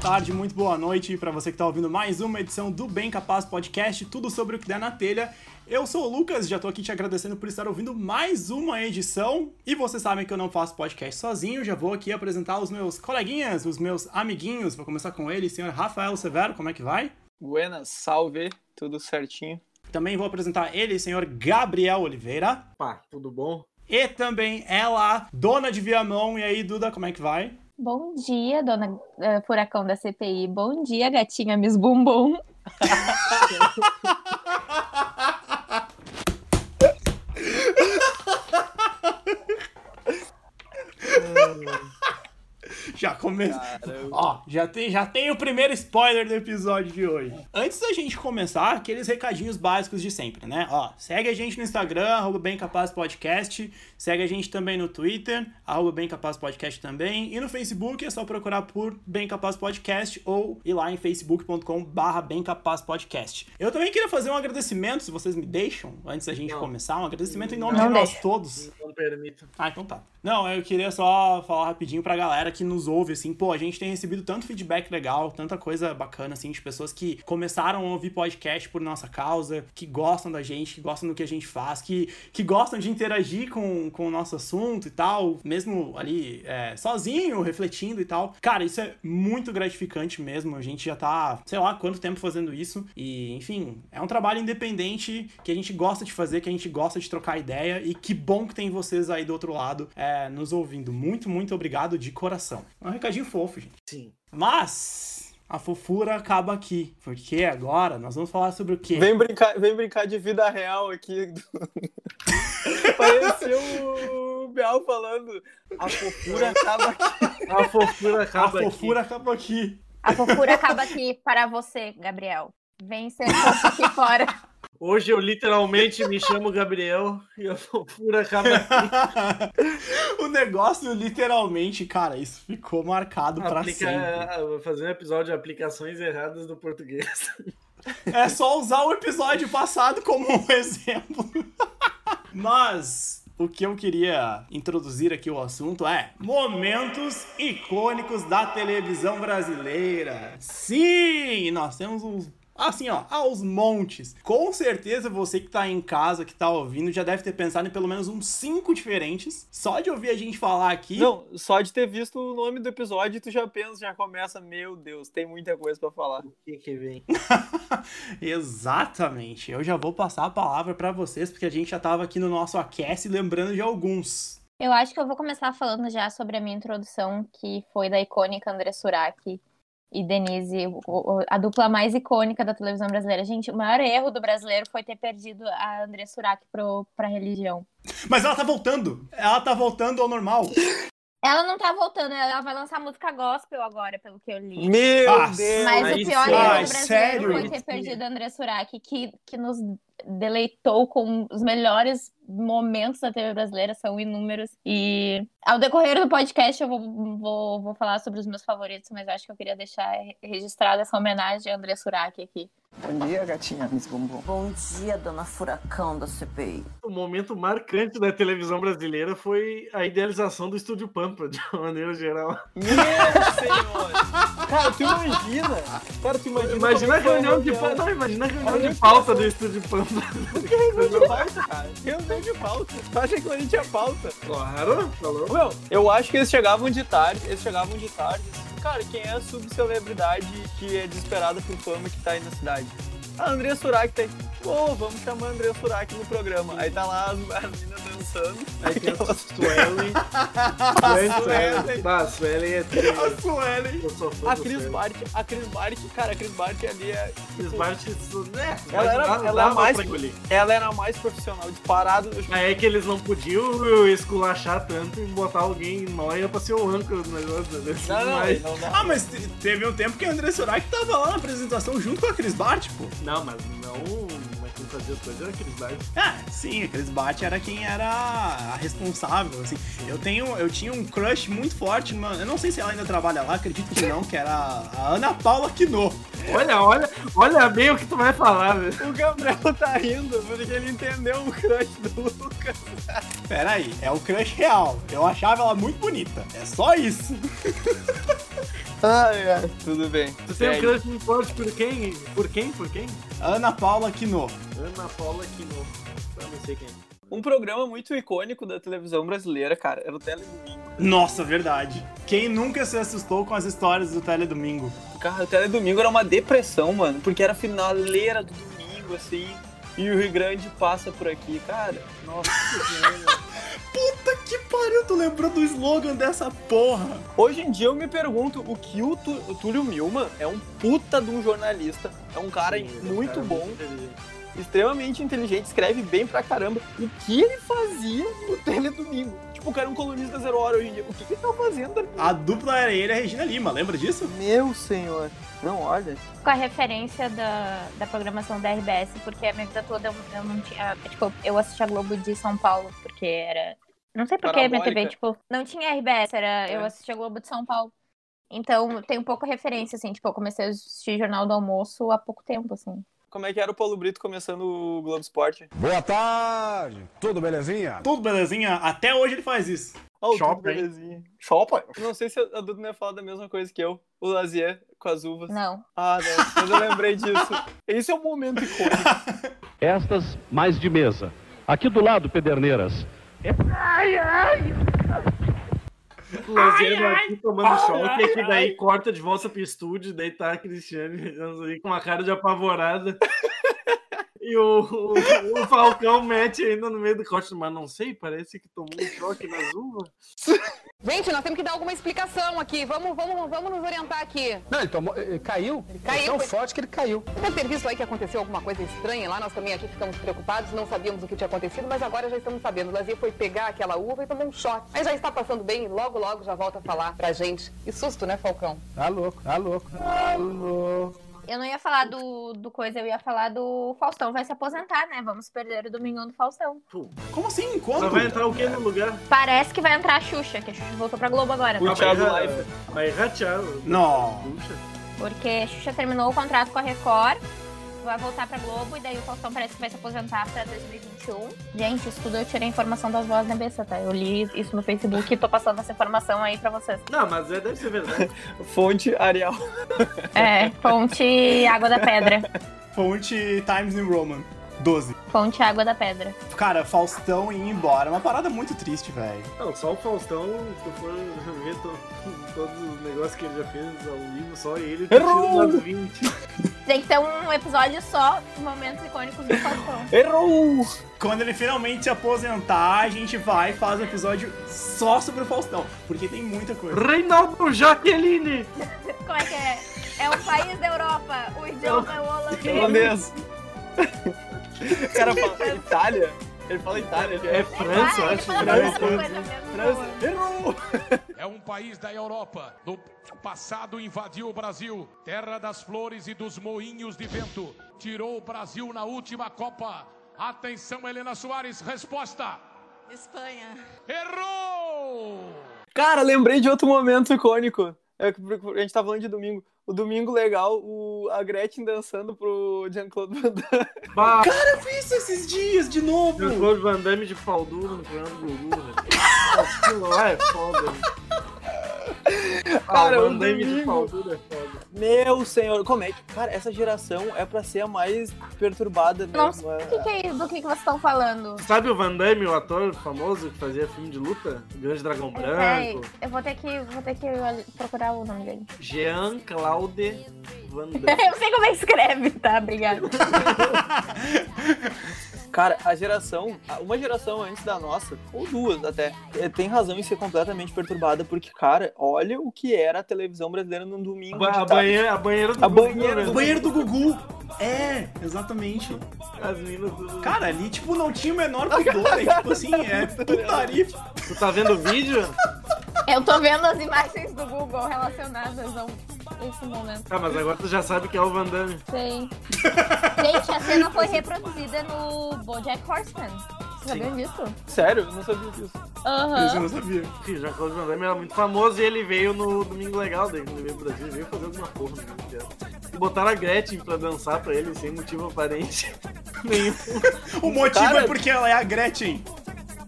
tarde, muito boa noite para você que está ouvindo mais uma edição do Bem Capaz Podcast, tudo sobre o que der na telha. Eu sou o Lucas, já tô aqui te agradecendo por estar ouvindo mais uma edição. E vocês sabem que eu não faço podcast sozinho, já vou aqui apresentar os meus coleguinhas, os meus amiguinhos. Vou começar com ele, senhor Rafael Severo, como é que vai? Buenas, salve, tudo certinho. Também vou apresentar ele, senhor Gabriel Oliveira. Pá, tudo bom? E também ela, dona de Viamão. E aí, Duda, como é que vai? Bom dia, dona eh, Furacão da CPI. Bom dia, gatinha Miss Bumbum. Já começou. Caramba. Ó, já tem, já tem o primeiro spoiler do episódio de hoje. Antes da gente começar, aqueles recadinhos básicos de sempre, né? Ó, segue a gente no Instagram, arroba Bem Capaz Podcast. Segue a gente também no Twitter, arroba Bem Capaz Podcast também. E no Facebook é só procurar por Bem Capaz Podcast ou ir lá em facebook.com barra Bem Capaz Podcast. Eu também queria fazer um agradecimento, se vocês me deixam, antes da gente Não. começar, um agradecimento em nome Não de nós deixa. todos. Não permito. Ah, então tá. Não, eu queria só falar rapidinho pra galera que nos ouve, assim, pô, a gente tem recebido tanto feedback legal, tanta coisa bacana, assim, de pessoas que começaram a ouvir podcast por nossa causa, que gostam da gente, que gostam do que a gente faz, que, que gostam de interagir com, com o nosso assunto e tal, mesmo ali é, sozinho, refletindo e tal. Cara, isso é muito gratificante mesmo, a gente já tá, sei lá, quanto tempo fazendo isso, e enfim, é um trabalho independente que a gente gosta de fazer, que a gente gosta de trocar ideia, e que bom que tem vocês aí do outro lado é, nos ouvindo. Muito, muito obrigado de coração. É um recadinho fofo, gente. Sim. Mas a fofura acaba aqui, porque agora nós vamos falar sobre o quê? Vem brincar, vem brincar de vida real aqui. Pareceu o Bial falando. A fofura acaba aqui. A fofura a acaba fofura acaba aqui. A fofura acaba aqui para você, Gabriel. Vem ser fofo aqui fora. aqui. Hoje eu literalmente me chamo Gabriel e a fofura acaba aqui. o negócio, literalmente, cara, isso ficou marcado pra sempre. Aplica... vou Fazer um episódio de aplicações erradas do português. É só usar o episódio passado como um exemplo. Mas o que eu queria introduzir aqui o assunto é momentos icônicos da televisão brasileira. Sim, nós temos uns Assim, ó, aos montes. Com certeza você que tá em casa, que tá ouvindo, já deve ter pensado em pelo menos uns cinco diferentes. Só de ouvir a gente falar aqui. Não, só de ter visto o nome do episódio, tu já pensa, já começa, meu Deus, tem muita coisa pra falar. O que que vem? Exatamente. Eu já vou passar a palavra pra vocês, porque a gente já tava aqui no nosso aquece lembrando de alguns. Eu acho que eu vou começar falando já sobre a minha introdução, que foi da icônica André Suraki e Denise, o- o- a dupla mais icônica da televisão brasileira. Gente, o maior erro do brasileiro foi ter perdido a André Suraki pro, pra religião. Mas ela tá voltando. Ela tá voltando ao normal. Ela não tá voltando, ela vai lançar música gospel agora, pelo que eu li. Meu Ah, Deus! Mas Aí o pior é sim. erro Ai, do brasileiro sério? foi ter perdido a André Suraki, que, que nos deleitou com os melhores momentos da TV brasileira, são inúmeros. E ao decorrer do podcast eu vou, vou, vou falar sobre os meus favoritos, mas acho que eu queria deixar re- registrada essa homenagem a André Suraki aqui. Bom dia, gatinha Miss Bumbum. Bom dia, dona Furacão da CPI. O momento marcante da televisão brasileira foi a idealização do Estúdio Pampa, de uma maneira geral. Meu senhor! Cara, tu imagina! Cara, tu imagina. Imagina como é a que é reunião de uma pauta. Não, imagina a reunião Olha de que pauta do Estúdio Pampa. Que reunião de pauta, cara? Reunião de pauta. Tu acha que a gente tinha pauta? Claro, falou. Meu, eu acho que eles chegavam de tarde, eles chegavam de tarde. assim, Cara, quem é a subcelebridade que é desesperada por fama que tá aí na cidade? A André Surak tá aí. Pô, vamos chamar a André Surak no programa. Aí tá lá as, as meninas dançando. Aí tem a Aquela- Suelen. Suelen. Suelen. Tá, a Suelen é tri. A Suelen. Eu sou fã A da Cris Suelen. Bart, a Cris Bart, cara, a Cris Bart ali é. Cris Bart, isso, né? Ela era- dava- ela era dava mais- pra engolir. Ela era a mais profissional, disparado. Eu Aí é que eles não podiam esculachar tanto e botar alguém em noia pra ser o âncora do negócio. né? Não, não, mas, não, não. Ah, mas te- teve um tempo que a André Surak tava lá na apresentação junto com a Cris Bart, pô. não, mas não. Mas quem fazia as coisas era Cris Bart. É, sim, a Cris Bart era quem era a responsável, assim. Eu tenho, eu tinha um crush muito forte, mano. Eu não sei se ela ainda trabalha lá, acredito que não, que era a Ana Paula Quinô. Olha, olha, olha bem o que tu vai falar, né? velho. O Gabriel tá rindo porque ele entendeu o crush do Lucas. Pera aí, é o crush real. Eu achava ela muito bonita. É só isso. Ai, ai, tudo bem. Você tem um Segue. crush muito forte por quem? Por quem? Por quem? Ana Paula Quino. Ana Paula Quino. Eu não sei quem. é. Um programa muito icônico da televisão brasileira, cara, era o Teledomingo. Nossa, verdade. Quem nunca se assustou com as histórias do Teledomingo? Cara, o Teledomingo era uma depressão, mano, porque era a finaleira do domingo, assim, e o Rio Grande passa por aqui, cara. Nossa, Senhora. Puta que pariu, tu lembrou do slogan dessa porra? Hoje em dia eu me pergunto o que o, Tu- o Túlio Milman é um puta de um jornalista, é um cara muito Cara, bom, inteligente. extremamente inteligente, escreve bem pra caramba. O que ele fazia no Teledomingo? Tipo, o cara é um colunista zero hora hoje em dia. O que, que ele tá fazendo? A dupla era ele e a Regina Lima, lembra disso? Meu senhor. Não, olha. com a referência da, da programação da RBS, porque a minha vida toda eu, eu não tinha. Tipo, eu assistia a Globo de São Paulo, porque era. Não sei por que minha TV, Parabólica. tipo, não tinha RBS, era eu É. assistia a Globo de São Paulo. Então, tem um pouco a referência, assim, tipo, eu comecei a assistir Jornal do Almoço há pouco tempo, assim. Como é que era o Paulo Brito começando o Globo Esporte? Boa tarde, tudo belezinha? Tudo belezinha, até hoje ele faz isso. Ó, o Chopa, Tudo hein? Belezinha. Chopa. Não sei se a Dudu não ia falar da mesma coisa que eu. O Lazier com as uvas. Não. Ah, não. Mas eu lembrei disso. Esse é o momento icônico. Estas mais de mesa. Aqui do lado, Pederneiras. Lazer aqui tomando choque, e aqui daí corta de volta pro estúdio, daí tá a Cristiane aí com uma cara de apavorada. E o, o- o Falcão mete ainda no meio do corte, mas não sei, parece que tomou um choque nas uvas. Gente, nós temos que dar alguma explicação aqui. Vamos, vamos, vamos nos orientar aqui. Não, ele tomou, ele caiu, ele caiu, tão foi- forte que ele caiu. Deve ter visto aí que aconteceu alguma coisa estranha lá. Nós também aqui ficamos preocupados, não sabíamos o que tinha acontecido, mas agora já estamos sabendo. Lazia foi pegar aquela uva e tomou um choque. Mas já está passando bem e logo, logo já volta a falar pra gente. Que susto, né, Falcão? Tá louco, tá louco, tá louco. Eu não ia falar do, do coisa, eu ia falar do Faustão vai se aposentar, né? Vamos perder o Domingão do Faustão. Como assim? Quando? Mas vai entrar o que no lugar? Ah, Parece que vai entrar a Xuxa, que a Xuxa voltou pra Globo agora, O né? Thiago vai- Leifert. Vai ratear. Não. Porque a Xuxa terminou o contrato com a Record, vai voltar pra Globo e daí o Faustão parece que vai se aposentar pra 2021. Gente, isso tudo eu tirei a informação das vozes da cabeça, tá? Eu li isso no Facebook e tô passando essa informação aí pra vocês. Não, mas é, deve ser verdade. Fonte Arial. É, fonte Água da Pedra. Fonte Times New Roman. 12. Fonte Água da Pedra. Cara, Faustão e ir embora. É Uma parada muito triste, velho. Não, só o Faustão, se tu for ver to- todos os negócios que ele já fez ao vivo, só ele tem Errou! tido umas 20. Tem que ter um episódio só de momentos icônicos do Faustão. Errou! Quando ele finalmente se aposentar, a gente vai e faz um episódio só sobre o Faustão. Porque tem muita coisa. Reinaldo Jaqueline! Como é que é? É um país da Europa, o idioma é o Pelo menos. holandês. O cara fala Itália. Ele fala Itália. É Ele França, ah, ele acho. fala né? muita coisa mesmo. é... Errou! É um país da Europa. No passado invadiu o Brasil, terra das flores e dos moinhos de vento. Tirou o Brasil na última Copa. Atenção, Helena Soares, resposta. Espanha. Errou! Cara, lembrei de outro momento icônico. É que A gente tá falando de domingo. O domingo legal, o... a Gretchen dançando pro Jean-Claude Van Damme. Bah, Eu vi isso esses dias de novo. Eu sou o Van Damme de pau duro no programa do Gugu, velho. Nossa, Aquilo lá é foda, velho. Cara, ah, o um Van Damme de domingo. pau duro é foda. Meu senhor, como é que. Cara, essa geração é pra ser a mais perturbada Não mesmo. O que, que é isso? Do que, que vocês estão falando? Sabe o Van Damme, o ator famoso que fazia filme de luta? Grande Dragão Peraí, tá Branco. eu vou ter que, vou ter que olh- procurar o nome dele. Jean-Claude Van Damme. Eu sei como é que escreve, tá? Obrigada. Cara, a geração, a- uma geração antes da nossa, ou duas até, é, tem razão em ser completamente perturbada, porque, cara, olha o que era a televisão brasileira num domingo. de A, ba- a tarde. banheira, a banheira do A Gugu, banheira O né? banheiro do Gugu. É, exatamente. As meninas do... Cara, ali, tipo, não tinha o menor pudor. É, tipo assim, é putaria. Tu tá vendo o vídeo? Eu tô vendo as imagens do Google relacionadas ao esse momento. Ah, mas agora tu já sabe que é o Van Damme. Sei. Gente, a cena foi reproduzida no BoJack Horseman. Você sabia disso? Sério? Eu Não sabia disso. Isso eu Aham. não sabia. Sim, Jean-Claude Van Damme era muito famoso e ele veio no Domingo Legal, daí quando ele veio pro Brasil, ele veio fazer alguma porra no Domingo Legal. E botaram a Gretchen pra dançar pra ele sem motivo aparente nenhum. O motivo Cara- é porque ela é a Gretchen.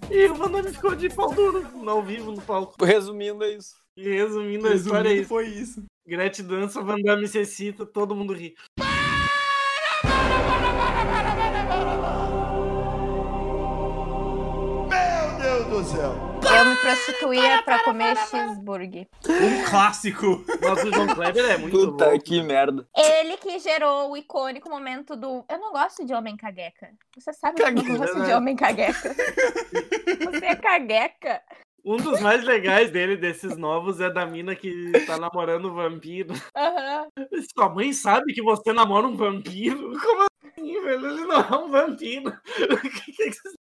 E o Van Damme ficou de pau duro, ao vivo no palco. Resumindo, é isso. E resumindo a história, é Resumindo, isso. foi isso. Gretchen dança, Van Damme se excita, todo mundo ri. Meu Deus do céu! Eu me prostituía pra comer cheeseburger. Um clássico. Nossa, o João Kleber é muito Puta louco. que merda. Ele que gerou o icônico momento do. Eu não gosto de homem cagueca. Você sabe que eu não Cagueca, gosto né? de homem cagueca. Você é cagueca. Um dos mais legais dele, desses novos, é da mina que tá namorando o vampiro. Aham. Sua mãe sabe que você namora um vampiro? Como assim, velho? Ele não é um vampiro.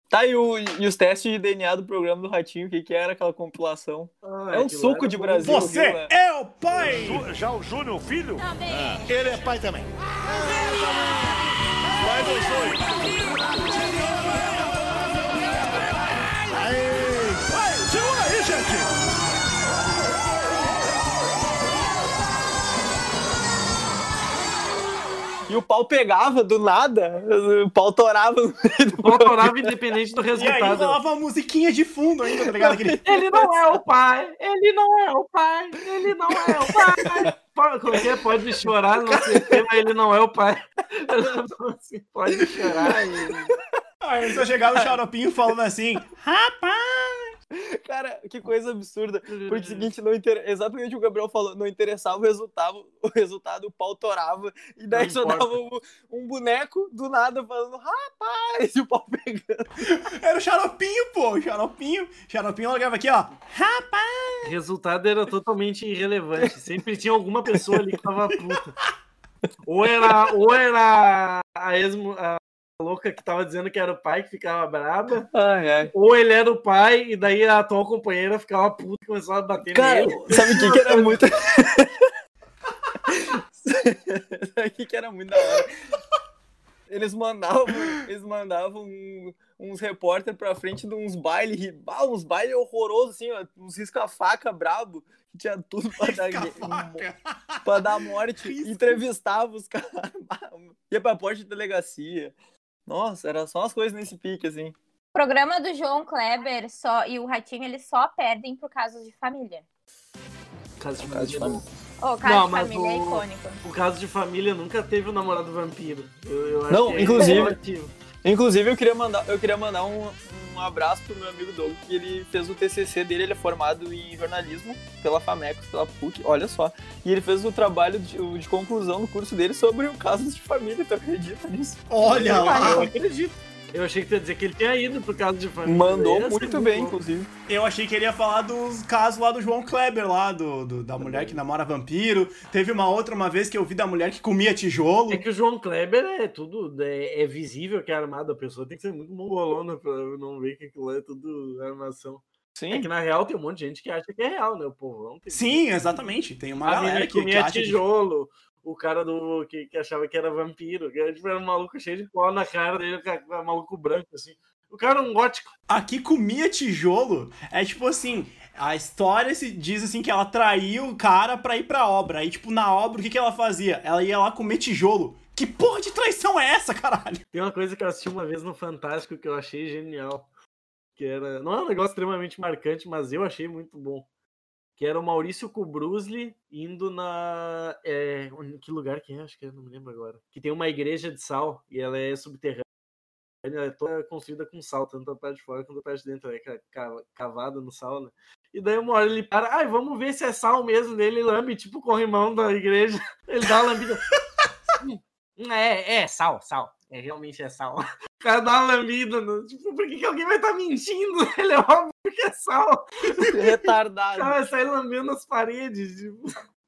Tá, e, o- e os testes de DNA do programa do Ratinho, o que, que era aquela compilação? Ah, é um aquilo soco era de bom. Brasil. Você viu, né? é o pai! Já o Júnior, o filho? Também. Ele é pai também. Vai dos dois. Aí, vai, segura aí, gente. E o pau pegava do nada, o pau torava no meio do Doutorava independente do E aí resultado. rolava uma musiquinha de fundo ainda, tá ligado? Aquele... Ele não é o pai, ele não é o pai, ele não é o pai. Pa- Como que é? Pode chorar, não sei o que, mas ele não é o pai. Assim, Pode chorar. e- Aí só chegava o xaropinho falando assim, rapaz! Cara, que coisa absurda. Porque o seguinte, não inter... exatamente o que o Gabriel falou, não interessava o resultado, o resultado, o pau torava. E daí Não só importa. dava um, um boneco do nada falando, rapaz, e o pau pegando. Era o xaropinho, pô, o xaropinho. Xaropinho largava aqui, ó, rapaz! O resultado era totalmente irrelevante. Sempre tinha alguma pessoa ali que tava puta. Ou era, ou era a, ex- a louca que tava dizendo que era o pai que ficava braba, Ai, ai. ou ele era o pai e daí a atual companheira ficava puta e começava a bater Cara, nele. sabe o que, que era muito. sabe o que, que era muito da hora? Eles mandavam, eles mandavam um- uns repórter pra frente de uns bailes, uns bailes horrorosos, assim, ó, uns risca-faca brabo, que tinha tudo pra dar, Risca-faca. pra dar morte. Risca. Entrevistava os caras, ia pra porta de delegacia. Nossa, era só umas coisas nesse pique, assim. O programa do João Kleber só, e o Ratinho, eles só perdem por casos de família. Caso de Caso de família. O caso Não, de mas família é o- icônico. O caso de família nunca teve o namorado vampiro. Eu, eu acho Não, que é inclusive- relativo. Inclusive, eu queria mandar, eu queria mandar um, um abraço pro meu amigo Doug, que ele fez o TCC dele, ele é formado em jornalismo pela Famecos, pela PUC, olha só. E ele fez o trabalho de, o de conclusão do curso dele sobre o caso de família, tu acredita nisso? Olha Eu lá! acredito. Eu achei que tu ia dizer que ele tinha ido pro caso de família. é assim, né? Mandou Ia ser muito bem, bom. inclusive. Eu achei que ele ia falar dos casos lá do João Kleber, lá, do, do- da mulher que namora vampiro. Teve uma outra uma vez que eu vi da mulher que comia tijolo. É que o João Kleber é tudo. É, é visível que é armado. A pessoa tem que ser muito mongolona pra não ver que aquilo lá é tudo armação. É Sim. que na real tem um monte de gente que acha que é real, né? O povão. Tem... Sim, exatamente. Tem uma a galera menina que, que comia acha que- tijolo. O cara do que, que achava que era vampiro. Que era, tipo, era um maluco cheio de cola na cara dele, ca- ca- maluco branco, assim. O cara é um gótico. Aqui comia tijolo é tipo assim. A história se diz assim que ela traiu o cara pra ir pra obra. Aí, tipo, na obra, o que, que ela fazia? Ela ia lá comer tijolo. Que porra de traição é essa, caralho? Tem uma coisa que eu assisti uma vez no Fantástico que eu achei genial. Que era. Não é um negócio extremamente marcante, mas eu achei muito bom. Que era o Maurício Kubrusli indo na. é, onde- que lugar que é? Acho que eu não me lembro agora. Que tem uma igreja de sal e ela é subterrânea. Ela é toda construída com sal, tanto a parte de fora quanto a parte de dentro. Ela é ca- ca- cavada no sal, né? E daí uma hora ele para, ai, vamos ver se é sal mesmo dele, lambe tipo o corrimão da igreja. Ele dá uma lambida. Hum, é, é, sal, sal. É, realmente é sal. O cara dá uma lambida. né? Tipo, por que, que alguém vai estar mentindo? Ele é óbvio que é sal. O Retardado. cara vai sair lambendo as paredes. Tipo,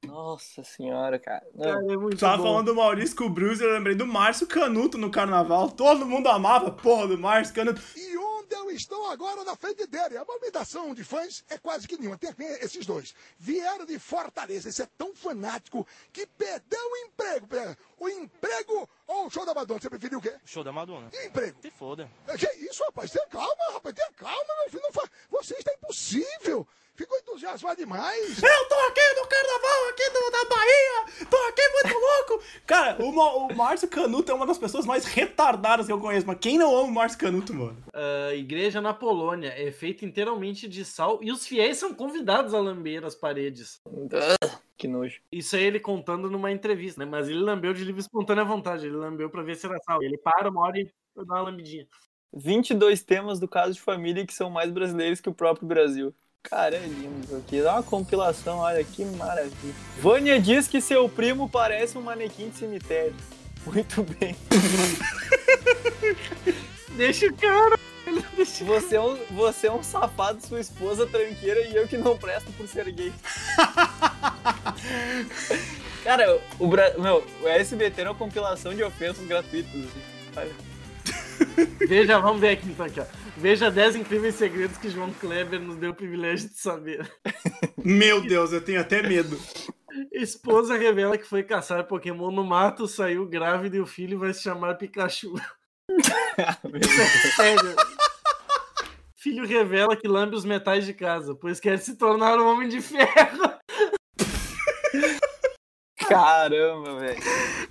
Nossa senhora, cara. Não, cara, é muito Tava bom. falando do Maurício Cubruz, eu lembrei do Márcio Canuto no carnaval. Todo mundo amava, porra, do Márcio Canuto. E onde eu estou agora na frente dele? A movimentação de fãs é quase que nenhuma. Tem esses dois. Vieram de Fortaleza. Esse é tão fanático que perdeu o emprego. O emprego ou o show da Madonna? Você preferiu o quê? Show da Madonna. E emprego? Eh, Se foda. Que isso, rapaz? Tenha calma, rapaz. Tenha calma, meu filho. Não fa... Você está impossível. Ficou entusiasmado demais. Eu tô aqui no carnaval, aqui do, da Bahia, tô aqui muito louco. Cara, o, Ma- o Márcio Canuto é uma das pessoas mais retardadas que eu conheço, mas quem não ama o Márcio Canuto, mano? Ah, igreja na Polônia é feita inteiralmente de sal e os fiéis são convidados a lamber as paredes. Que nojo. Isso é ele contando numa entrevista, né? Mas ele lambeu de livre e espontânea vontade. Ele lambeu pra ver se era sal. Ele para uma hora e dá uma lambidinha. 22 temas do caso de família que são mais brasileiros que o próprio Brasil. Cara, é lindo isso aqui. Dá uma compilação, olha que maravilha. Vânia diz que seu primo parece um manequim de cemitério. Muito bem. Deixa o cara. Você é, um, você é um safado, sua esposa tranqueira e eu que não presto por ser gay. Cara, o, Bra... Meu, o SBT é uma compilação de ofensas gratuitas. assim. Olha. Veja, vamos ver aqui então aqui, ó. Veja 10 incríveis segredos que João Kleber nos deu o privilégio de saber. Meu Deus, eu tenho até medo. Esposa revela que foi caçar Pokémon no mato, saiu grávida e o filho vai se chamar Pikachu. é Sério. Filho revela que lambe os metais de casa, pois quer se tornar um homem de ferro. Caramba, velho.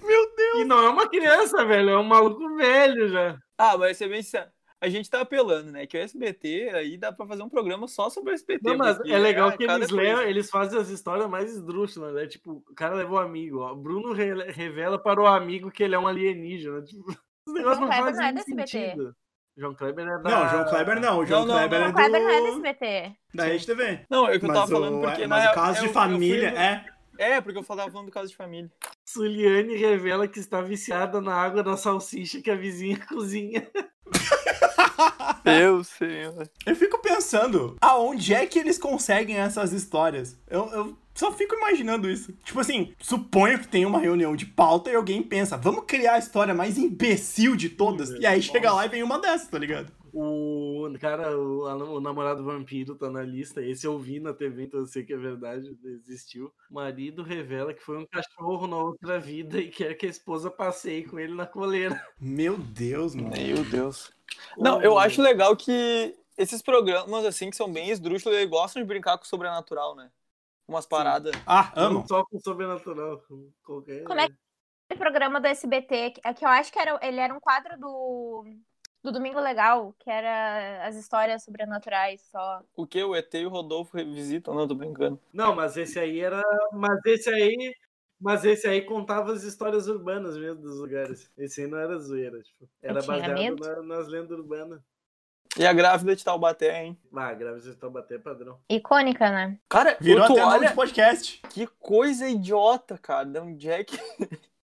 Meu Deus. E não é uma criança, velho, é um maluco velho já. Ah, mas ser bem sincero. A gente tá apelando, né? Que o SBT aí dá pra fazer um programa só sobre o SBT. Não, mas porque, é legal ah, que cada eles coisa. leiam, eles fazem as histórias mais esdrúxulas, né? Tipo, o cara levou um amigo, ó. Bruno re- revela para o amigo que ele é um alienígena. Tipo, os negócios não Kleber fazem não é muito do SBT. sentido. João Kleber é da... Não, João Kleber não. O João Ah, Não, não, Kleber Não, é o Kleber do... não é do SBT. da RedeTV. Não, é o que eu mas tava falando o, porque. é, na mas real, o caso eu- de eu família fui no- é... É, porque eu tava falando do caso de família. Suliane revela que está viciada na água da salsicha que a vizinha cozinha. Eu senhor. Eu fico pensando, aonde é que eles conseguem essas histórias? Eu, eu só fico imaginando isso. Tipo assim, suponho que tem uma reunião de pauta e alguém pensa, vamos criar a história mais imbecil de todas. E aí chega lá e vem uma dessas, tá ligado? O cara, o, a- o namorado vampiro tá na lista. Esse eu vi na TV, então eu sei que é verdade, existiu. Marido revela que foi um cachorro na outra vida e quer que a esposa passeie com ele na coleira. Meu Deus, mano. Meu Deus. Não, eu acho legal que esses programas, assim, que são bem esdrúxulos, eles gostam de brincar com o sobrenatural, né? Umas paradas. Ah, Não amo. Só com sobrenatural. com Qualquer... Como é Aquele programa do SBT, que, que eu acho que era, ele era um quadro do, do Domingo Legal, que era as histórias sobrenaturais só. O que? O ET e o Rodolfo revisitam? Não, tô brincando. Não, mas esse aí era. Mas esse aí. Mas esse aí contava as histórias urbanas mesmo dos lugares. Esse aí não era zoeira, tipo. Era tinha baseado medo? na- nas lendas urbanas. E a grávida de Taubaté, hein? Ah, grave de Taubaté é padrão. Icônica, né? Cara, Virou eu tô- até nome olha de podcast. que coisa idiota, cara. De onde é que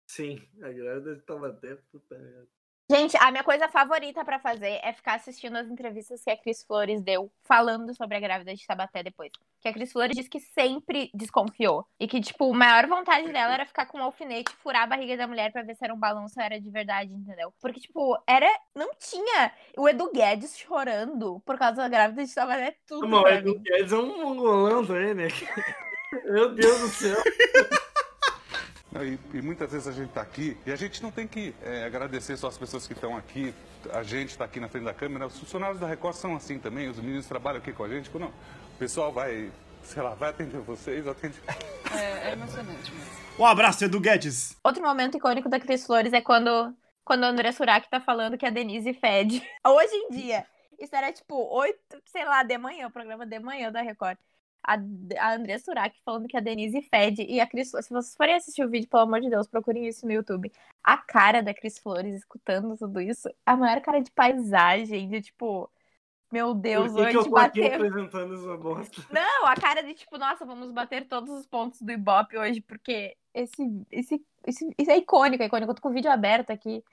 Sim, a grávida de Taubaté, é puta merda. Gente, a minha coisa favorita pra fazer é ficar assistindo as entrevistas que a Cris Flores deu falando sobre a grávida de Tabaté depois. Que a Cris Flores disse que sempre desconfiou. E que, tipo, a maior vontade dela era ficar com um alfinete e furar a barriga da mulher pra ver se era um balão se era de verdade, entendeu? Porque, tipo, era. Não tinha o Edu Guedes chorando por causa da grávida de Tabaté, é tudo. Não, pra mas mim. o Guedes é um mongolão também, né? Meu Deus do céu. E, e muitas vezes a gente está aqui e a gente não tem que eh, agradecer só as pessoas que estão aqui. A gente está aqui na frente da câmera. Os funcionários da Record são assim também. Os meninos trabalham aqui com a gente. Não, o pessoal vai, sei lá, vai atender vocês, atende. É, é emocionante mesmo. Um abraço, Edu Guedes. Outro momento icônico da Cris Flores é quando, quando o André Surak tá falando que a Denise fede. Hoje em dia, isso era tipo 8, sei lá, de manhã, o programa de manhã da Record. A, a André Surak falando que a Denise fede. E a Cris Flores, se vocês forem assistir o vídeo, pelo amor de Deus, procurem isso no YouTube. A cara da Cris Flores escutando tudo isso, a maior cara de paisagem, de tipo, meu Deus, Por que, que hoje eu tô aqui bateu. apresentando essa bosta? Não, a cara de tipo, nossa, vamos bater todos os pontos do Ibope hoje, porque esse, esse, esse, isso é icônico, é icônico. Eu tô com o vídeo aberto aqui.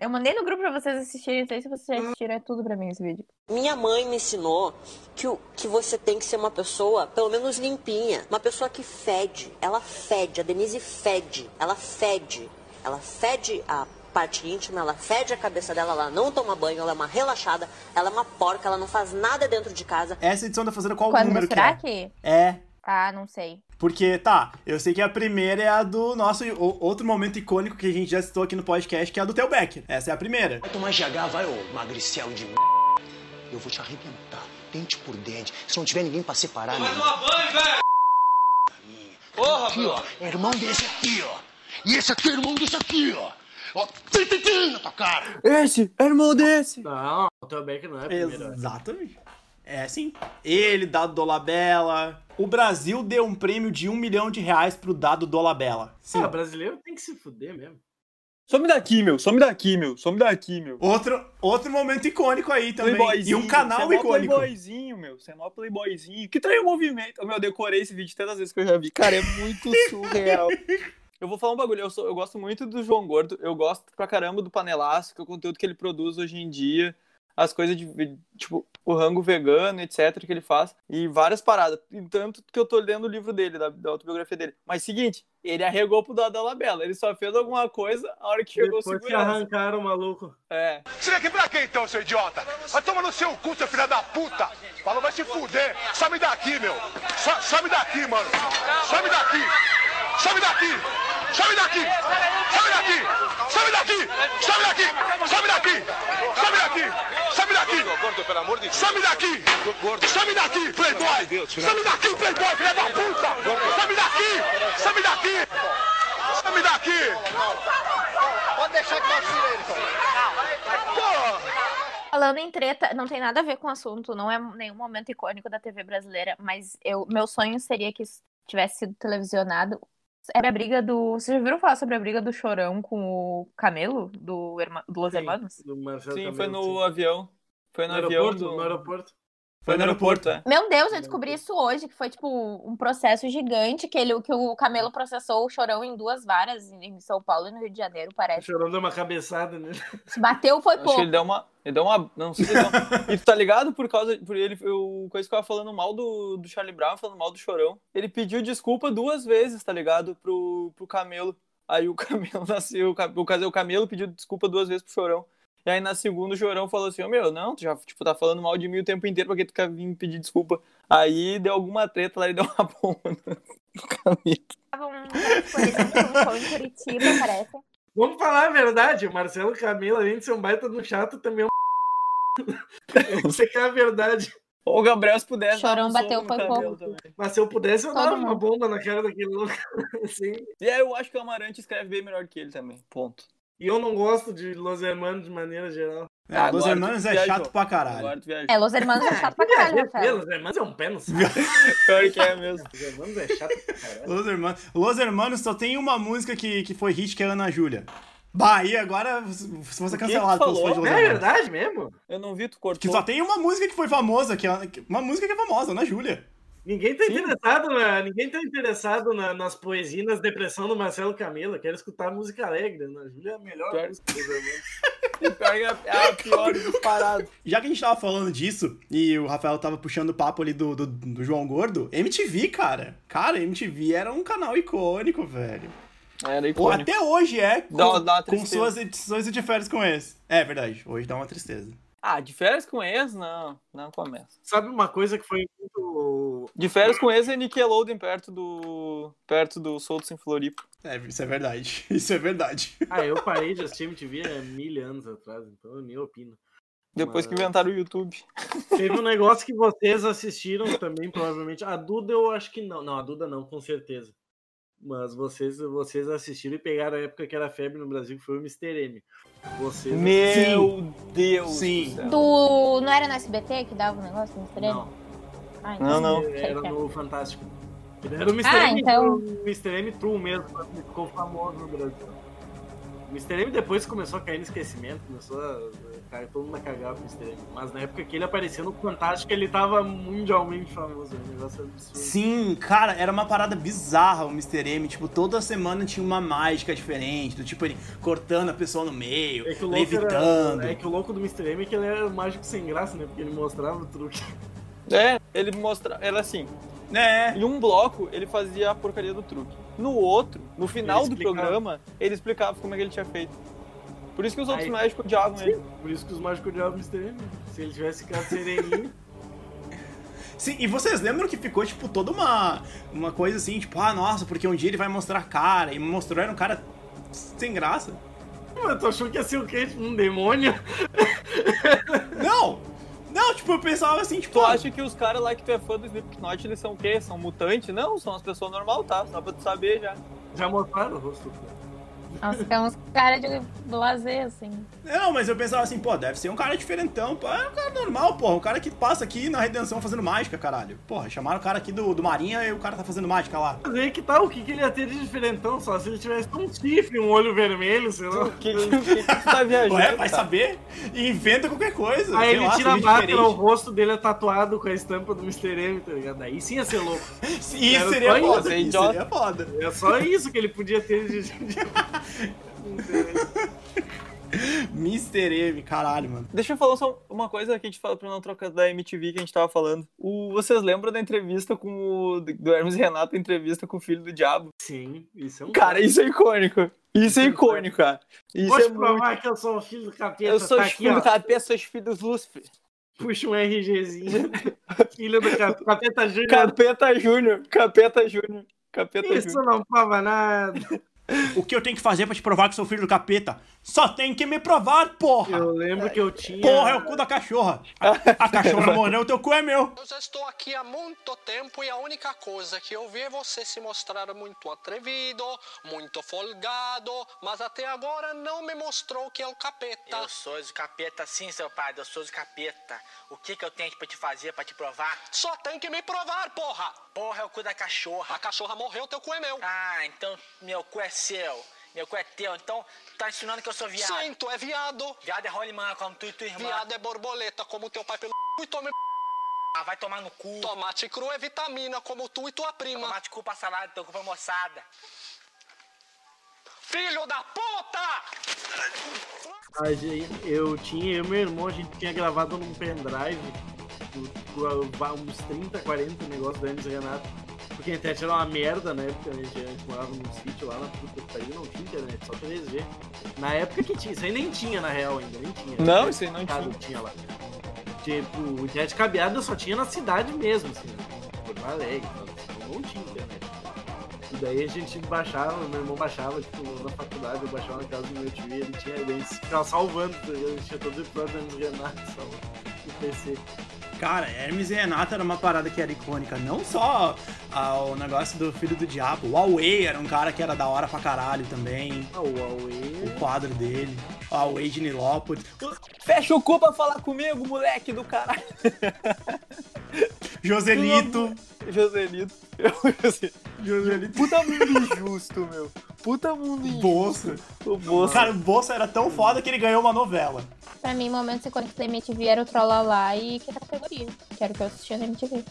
Eu mandei no grupo pra vocês assistirem, não sei se vocês já assistiram, é tudo pra mim esse vídeo. Minha mãe me ensinou que, o- que você tem que ser uma pessoa, pelo menos limpinha. Uma pessoa que fede. Ela fede. A Denise fede. Ela fede. Ela fede a parte íntima, ela fede a cabeça dela, ela não toma banho, ela é uma relaxada, ela é uma porca, ela não faz nada dentro de casa. Essa edição tá fazendo qual Com a André número que é? Surak? É, Ah, não sei. Porque, tá, eu sei que a primeira é a do nosso o- outro momento icônico que a gente já citou aqui no podcast, que é a do Theo Becker. Essa é a primeira. Vai tomar GH, vai, ô magricelo de m. Eu vou te arrebentar. dente por dente. Se não tiver ninguém pra separar, Vai meu tomar banho, velho! Porra, Aqui, ó. brother. É irmão desse aqui, ó. E esse aqui é irmão desse aqui, ó. Ó, tim, tim, tim na tua cara. Esse é irmão desse! Não, também que não é a né? primeira. Exatamente. É sim. Ele, Dado Dolabella. O Brasil deu um prêmio de um milhão de reais pro Dado Dolabella. Sim. Ah, brasileiro tem que se fuder mesmo. Some daqui, meu. Some daqui, meu. Some daqui, meu. Outro, outro momento icônico aí também. Playboyzinho, E um canal você é mó icônico. Playboyzinho, meu. Você é mó playboyzinho. Que traiu o movimento. Meu, eu decorei esse vídeo tantas vezes que eu já vi. Cara, é muito surreal. Eu vou falar um bagulho, eu, sou- eu gosto muito do João Gordo, eu gosto pra caramba do Panelaço, que é o conteúdo que ele produz hoje em dia, as coisas de, ve- tipo, o rango vegano, etc, que ele faz, e várias paradas. E tanto que eu tô lendo o livro dele, da, da autobiografia dele. Mas seguinte, ele arregou pro Dada Labela, ele só fez alguma coisa a hora que chegou o Depois que segurança. arrancaram o maluco. É. Você vem aqui pra quê então, seu idiota? Vai tomar no seu cu, seu filho da puta! Falou, vai se fuder! Some daqui, meu! So- Some daqui, mano! Some daqui! Some daqui! Some daqui! Some daqui! Some daqui! Some daqui! Some daqui! Some daqui! Some daqui! Gordo, pelo amor de Deus! Some daqui! Some daqui, playboy! Some daqui, playboy, filha da puta! Some daqui! Some daqui! Some daqui! Pode deixar que eu tire ele, Porra! Falando em treta, não tem nada a ver com o assunto, não é nenhum momento icônico da TV brasileira, mas eu, meu sonho seria que isso tivesse sido televisionado. Era a briga do. Vocês já ouviram falar sobre a briga do Chorão com o Camelo, do, Herma- do Los Hermanos? Do Marcelo Sim, Camelo, foi no avião. Foi no, No avião. aeroporto, do- no aeroporto. Foi no aeroporto, é. Meu Deus, eu descobri isso hoje, que foi tipo um processo gigante que, ele, que o Camelo processou o Chorão em duas varas, em São Paulo e no Rio de Janeiro, parece. Tá Chorando deu uma cabeçada né? nele. Se bateu, foi é. Acho que pouco. ele deu uma. Ele deu uma. Não sei se ele deu uma- E tu tá ligado? Por causa. Por ele, eu, coisa que eu tava falando mal do, do Charlie Brown, falando mal do chorão. Ele pediu desculpa duas vezes, tá ligado? Pro, pro Camelo. Aí o Camelo nasceu. O, Ca- o Ca- o Camelo pediu desculpa duas vezes pro chorão. E aí na segunda o chorão falou assim: Ô meu, não, tu já tipo, tá falando mal de mim o tempo inteiro, pra que tu quer vir me pedir desculpa? Aí deu alguma treta lá e deu uma bomba. um, Foi em Curitiba, parece. Vamos falar a verdade, o Marcelo Camelo, além de ser um baita no chato, também é um. Você quer a verdade. Ô, Gabriel, se um pudesse. Chorão bateu, foi pouco. Mas se eu pudesse, eu Todo dava uma bomba na cara daquele louco. Assim. E aí eu acho que o Amarante escreve bem melhor que ele também. Ponto. E eu não gosto de Los Hermanos de maneira geral. É, Ah, Los agora tu Hermanos é viajou. chato pra caralho. Agora tu viajou. É, Los Hermanos é chato pra caralho, Rafael. Los Hermanos é um pé no saco. Pior que é mesmo. Los Hermanos é chato pra caralho. Los Hermanos. Los Hermanos só tem uma música que, que foi hit, que é Ana Júlia. Bah, e agora se você é que que cancelado pelos falou? fãs de Los É Hermanos. verdade mesmo? Eu não vi, tu cortou. Que só tem uma música que foi famosa, que é, que- uma música que é famosa, Ana Júlia. Ninguém tá interessado, na, ninguém tá interessado na- nas poesias, nas depressão do Marcelo Camelo. Quero escutar música alegre. Ana Júlia é a melhor Pior- música dos Hermanos. Pior que é a pior disparado. Já que a gente tava falando disso, e o Rafael tava puxando o papo ali do, do, do João Gordo, MTV, cara. Cara, MTV era um canal icônico, velho. É, Era Ou icônico. até hoje é, com, Dá- dá uma com tristeza. suas edições e de férias com esse. É verdade, hoje dá uma tristeza. Ah, de férias com ex? Não, não começa. Sabe uma coisa que foi muito. De férias com ex é Nickelodeon perto do. perto do Soltos em Floripa. É, isso é verdade. Isso é verdade. Ah, eu parei de assistir MTV há mil anos atrás, então eu nem opino. Depois que Mas- inventaram o YouTube. Teve um negócio que vocês assistiram também, provavelmente. A Duda eu acho que não. Não, a Duda não, com certeza. Mas vocês, vocês assistiram e pegaram a época que era febre no Brasil, que foi o Mr. M. Vocês Meu Deus! Sim. Do. Não era no SBT que dava o negócio no Estrela? Não. Ah, Não, não. Era no Fantástico. Ele era o Mr. Ah, M, então- o Mr. M True mesmo, mas ele ficou famoso no Brasil. O Mr. M depois começou a cair no esquecimento, começou a. Cara, todo mundo a cagar pro Mr. M. Mas na época que ele apareceu no Fantástico, ele tava mundialmente famoso. O negócio é absurdo. Sim, cara, era uma parada bizarra o Mr. M. Tipo, toda semana tinha uma mágica diferente. Do tipo, ele cortando a pessoa no meio, É que, o louco levitando. era, é que o louco do Mr. M é que ele era mágico sem graça, né? Porque ele mostrava o truque. É, ele mostrava. Era assim. Né? Em um bloco, ele fazia a porcaria do truque. No outro, no final Ele do explicava. programa, ele explicava como é que ele tinha feito. Por isso que os outros Aí- médicos odiavam ele. Por isso que os mágicos odiavam o Mr. M. Se ele tivesse ficado sereninho. Sim, e vocês lembram que ficou, tipo, toda uma, uma coisa assim, tipo, ah, nossa, porque um dia ele vai mostrar a cara. E mostrou, era um cara sem graça. Mas tu achou que ia ser o quê? Tipo, Um demônio? Não! Não, Não, tipo, eu pensava assim, tipo. Tu acha que os caras lá que tu é fã do Slipknot, eles são o quê? São mutantes? Não, são as pessoas normais, tá? Só pra tu saber já. Já mostraram o rosto. Nossa, que é uns caras de lazer, assim. Não, mas eu pensava assim, pô, deve ser um cara diferentão. Pô, é um cara normal, porra. Um cara que passa aqui na redenção fazendo mágica, caralho. Porra, chamaram o cara aqui do, do Marinha e o cara tá fazendo mágica lá. Mas aí que tal? O que, que ele ia ter de diferentão? Só se ele tivesse um chifre, um olho vermelho, sei lá. Que, que, que tu tá viajando? Ué, é? vai saber? E inventa qualquer coisa. Aí sei ele lá, tira a seja máscara, o diferente. rosto dele é tatuado com a estampa do Mr. M, tá ligado? Aí sim ia ser louco. Sim, Era seria só foda, isso. isso seria foda. É só isso que ele podia ter de. de- Mr. M, caralho, mano. Deixa eu falar só uma coisa que a gente fala pra não trocar da MTV que a gente tava falando. O, vocês lembram da entrevista com o. do Hermes e Renato, a entrevista com o filho do diabo? Sim, isso é um. Cara, isso é icônico. Isso é icônico, cara. Isso Vou é te provar muito. que eu sou o filho do capeta. Eu sou tá os aqui, ó. filhos do capeta, sou os filhos do Lúcifer. Puxa um RGzinho. filho do capeta, capeta Júnior. Capeta Júnior, Capeta Júnior, Capeta Isso Júnior. não prova nada. O que eu tenho que fazer pra te provar que sou filho do capeta? Só tem que me provar, porra! Eu lembro que eu tinha. Porra, é o cu da cachorra! A, a cachorra morreu, teu cu é meu! Eu já estou aqui há muito tempo e a única coisa que eu vi é você se mostrar muito atrevido, muito folgado, mas até agora não me mostrou que é o capeta. Eu sou de capeta sim, seu padre, eu sou de capeta. O que que eu tenho pra te fazer, pra te provar? Só tem que me provar, porra! Porra, é o cu da cachorra. A cachorra morreu, teu cu é meu. Ah, então meu cu é seu, meu cu é teu, então tá ensinando que eu sou viado. Sim, tu é viado. Viado é rolimã, como tu e tua irmã. Viado é borboleta, como teu pai pelo cu e tome Ah, vai tomar no cu. Tomate cru é vitamina, como tu e tua prima. Tomate cu pra salada, teu cu pra moçada. Filho da puta! A gente- Eu tinha, eu e meu irmão, a gente tinha gravado num pendrive do- do- uns 30, 40 negócios da Hermes e Renato. Porque a internet era uma merda na época, a gente, a gente morava num sítio lá na puta que pariu, não tinha internet, só 3G. Na época que tinha, isso aí nem tinha na real ainda, nem tinha. Não, isso aí não Casa tinha. lá. Tipo, o internet cabeada só tinha na cidade mesmo, assim, Porto Alegre, então, não tinha internet. E daí a gente baixava, meu irmão baixava, tipo, na faculdade, eu baixava na casa do meu tio e ele tinha, ele ficava salvando, tá ligado? Ele tinha todo o plano do Renato, salvando no PC. Cara, Hermes e Renato era uma parada que era icônica. Não só ah, o negócio do filho do diabo. O Huawei era um cara que era da hora pra caralho também. Ah, o Huawei. O quadro dele. O Huawei de Nilópolis. Fecha o cu pra falar comigo, moleque do caralho. Joselito. Joselito. Joselito. Puta mundo injusto, meu. Puta mundo injusto. Bolsa. O Bolsa. Cara, o Bolsa era tão foda que ele ganhou uma novela. Pra mim, momentos icônicos da MTV era o Trollalá e Quinta Categoria, que era o que eu assistia na MTV,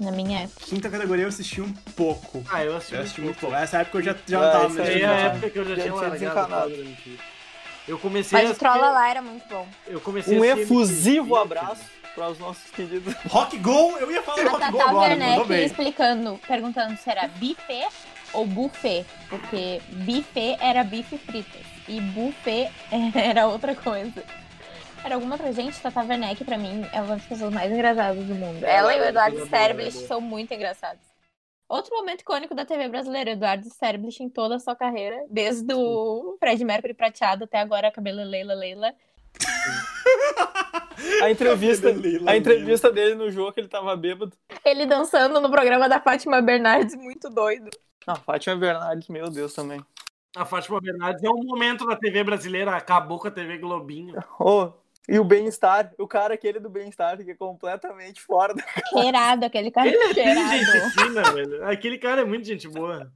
na minha época. Quinta categoria eu assisti um pouco. Ah, eu assisti, eu assisti muito pouco. Essa época eu já, já Ah, tava isso me Aí é sentindo a mal. época que eu já Já tinha tinha largado. desencanado. o Quadro. Eu comecei Mas a o Trollalá era muito bom. Eu comecei Um a ser efusivo MTV, abraço para os nossos queridos. Rock Go, eu ia falar A Rock Go Tata agora, mandou Werneck bem. explicando, perguntando se era buffet ou buffet, porque buffet era bife frito e buffet era outra coisa. Era alguma coisa. Gente, Tata Werneck, pra mim, é uma das pessoas mais engraçadas do mundo. Ela, é e o Eduardo Sterblich são muito engraçados. Outro momento icônico da TV brasileira, Eduardo Sterblich em toda a sua carreira, desde o Fred Mercury prateado até agora a cabelo Leila Leila. A entrevista, Leila, a entrevista dele no jogo, que ele tava bêbado. Ele dançando no programa da Fátima Bernardes, muito doido. Não, Fátima Bernardes, meu Deus também. A Fátima Bernardes é um momento da TV brasileira, acabou com a TV Globinho. Oh, e o bem-estar, o cara aquele do bem-estar, que é completamente fora da Cheirado, aquele cara Ele é bem cheirado. gente fina, velho. Aquele cara é muito gente boa.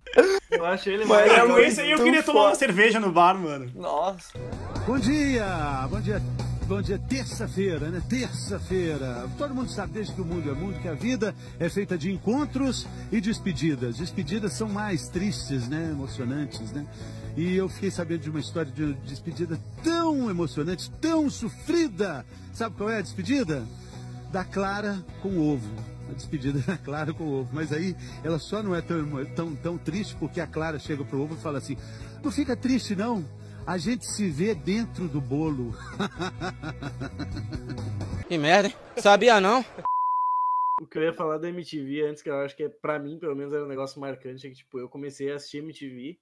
Eu acho ele Mas mais. é legal. Com Então, esse aí eu Tão queria tomar foda. uma cerveja no bar, mano. Nossa. Bom dia, bom dia, bom dia. Terça-feira, né? Terça-feira. Todo mundo sabe desde que o mundo é mundo que a vida é feita de encontros e despedidas. Despedidas são mais tristes, né? Emocionantes, né? E eu fiquei sabendo de uma história de despedida tão emocionante, tão sofrida. Sabe qual é a despedida? Da Clara com ovo. A despedida da Clara com ovo. Mas aí ela só não é tão, emo- tão, tão triste porque a Clara chega pro ovo e fala assim: Não fica triste, não. A gente se vê dentro do bolo. Que merda, hein? Sabia não? O que eu ia falar da MTV antes, que eu acho que é, pra mim, pelo menos, era um negócio marcante, é que, tipo, eu comecei a assistir MTV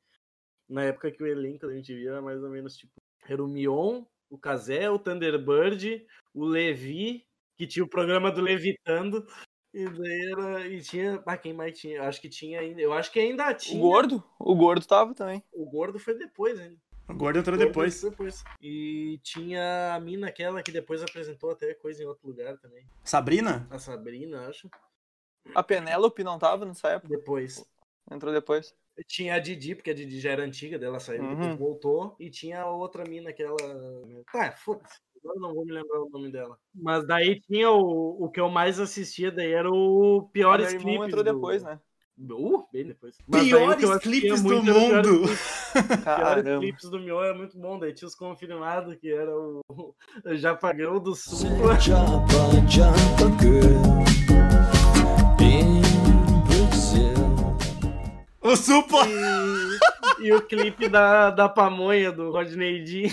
na época que o elenco da MTV era mais ou menos, tipo, era o Mion, o Casé, o Thunderbird, o Levi que tinha o programa do Levitando. E daí era. E tinha. Ah, quem mais tinha? Eu acho que tinha ainda. Eu acho que ainda tinha. O gordo? O gordo tava também. O gordo foi depois ainda. O gordo entrou depois. depois. E tinha a mina aquela que depois apresentou até coisa em outro lugar também. Sabrina? A Sabrina, acho. A Penélope não tava nessa época? Depois. Entrou depois. Tinha a Didi, porque a Didi já era antiga, dela saiu, Uhum. depois voltou. E tinha a outra mina, aquela. Tá, foda-se. Agora eu não vou me lembrar o nome dela. Mas daí tinha o, o que eu mais assistia, daí era o Piores Ah, meu irmão Clipes. entrou do- depois, né? Uh, bem depois. Piores daí o que eu assistia clipes do muito era o Piores mundo. Clipes. Piores Caramba. clipes do Mion era muito bom, daí tinha os confirmados, que era o o Japagão do Sul. O Supla! E, e o clipe da, da pamonha do Rodney D.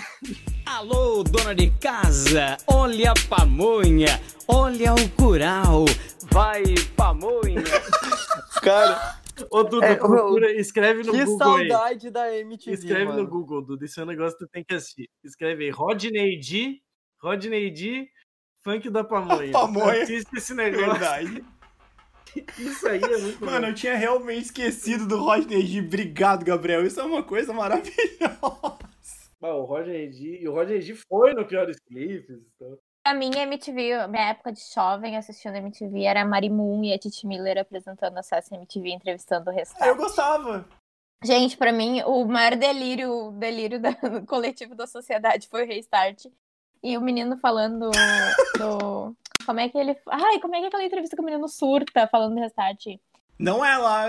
Alô, dona de casa, olha a pamonha, olha o curau, vai pamonha. Cara, Ô, Duda, É, ô, procura, escreve no que Google aí. saudade da MTV. Escreve mano. no Google, Duda, esse é um negócio que tu tem que assistir. Escreve aí, Rodney D, Rodney D, funk da pamonha. Pamonha. Assiste esse negócio. Verdade. Isso aí é muito Mano, bom. eu tinha realmente esquecido do Rodney G. Obrigado, Gabriel. Isso é uma coisa maravilhosa. Ah, o Rodney D, e o Rodney D foi no Piores Clipes. Então. Pra mim, MTV, minha época de jovem assistindo MTV era a Mari Moon e a Titi Miller apresentando acesso à MTV e entrevistando o restante. Eu gostava. Gente, pra mim, o maior delírio, o delírio da- do coletivo da sociedade foi o restart. E o menino falando do. Como é que ele. Ai, como é que é aquela entrevista que o menino surta falando do restart? Não é lá.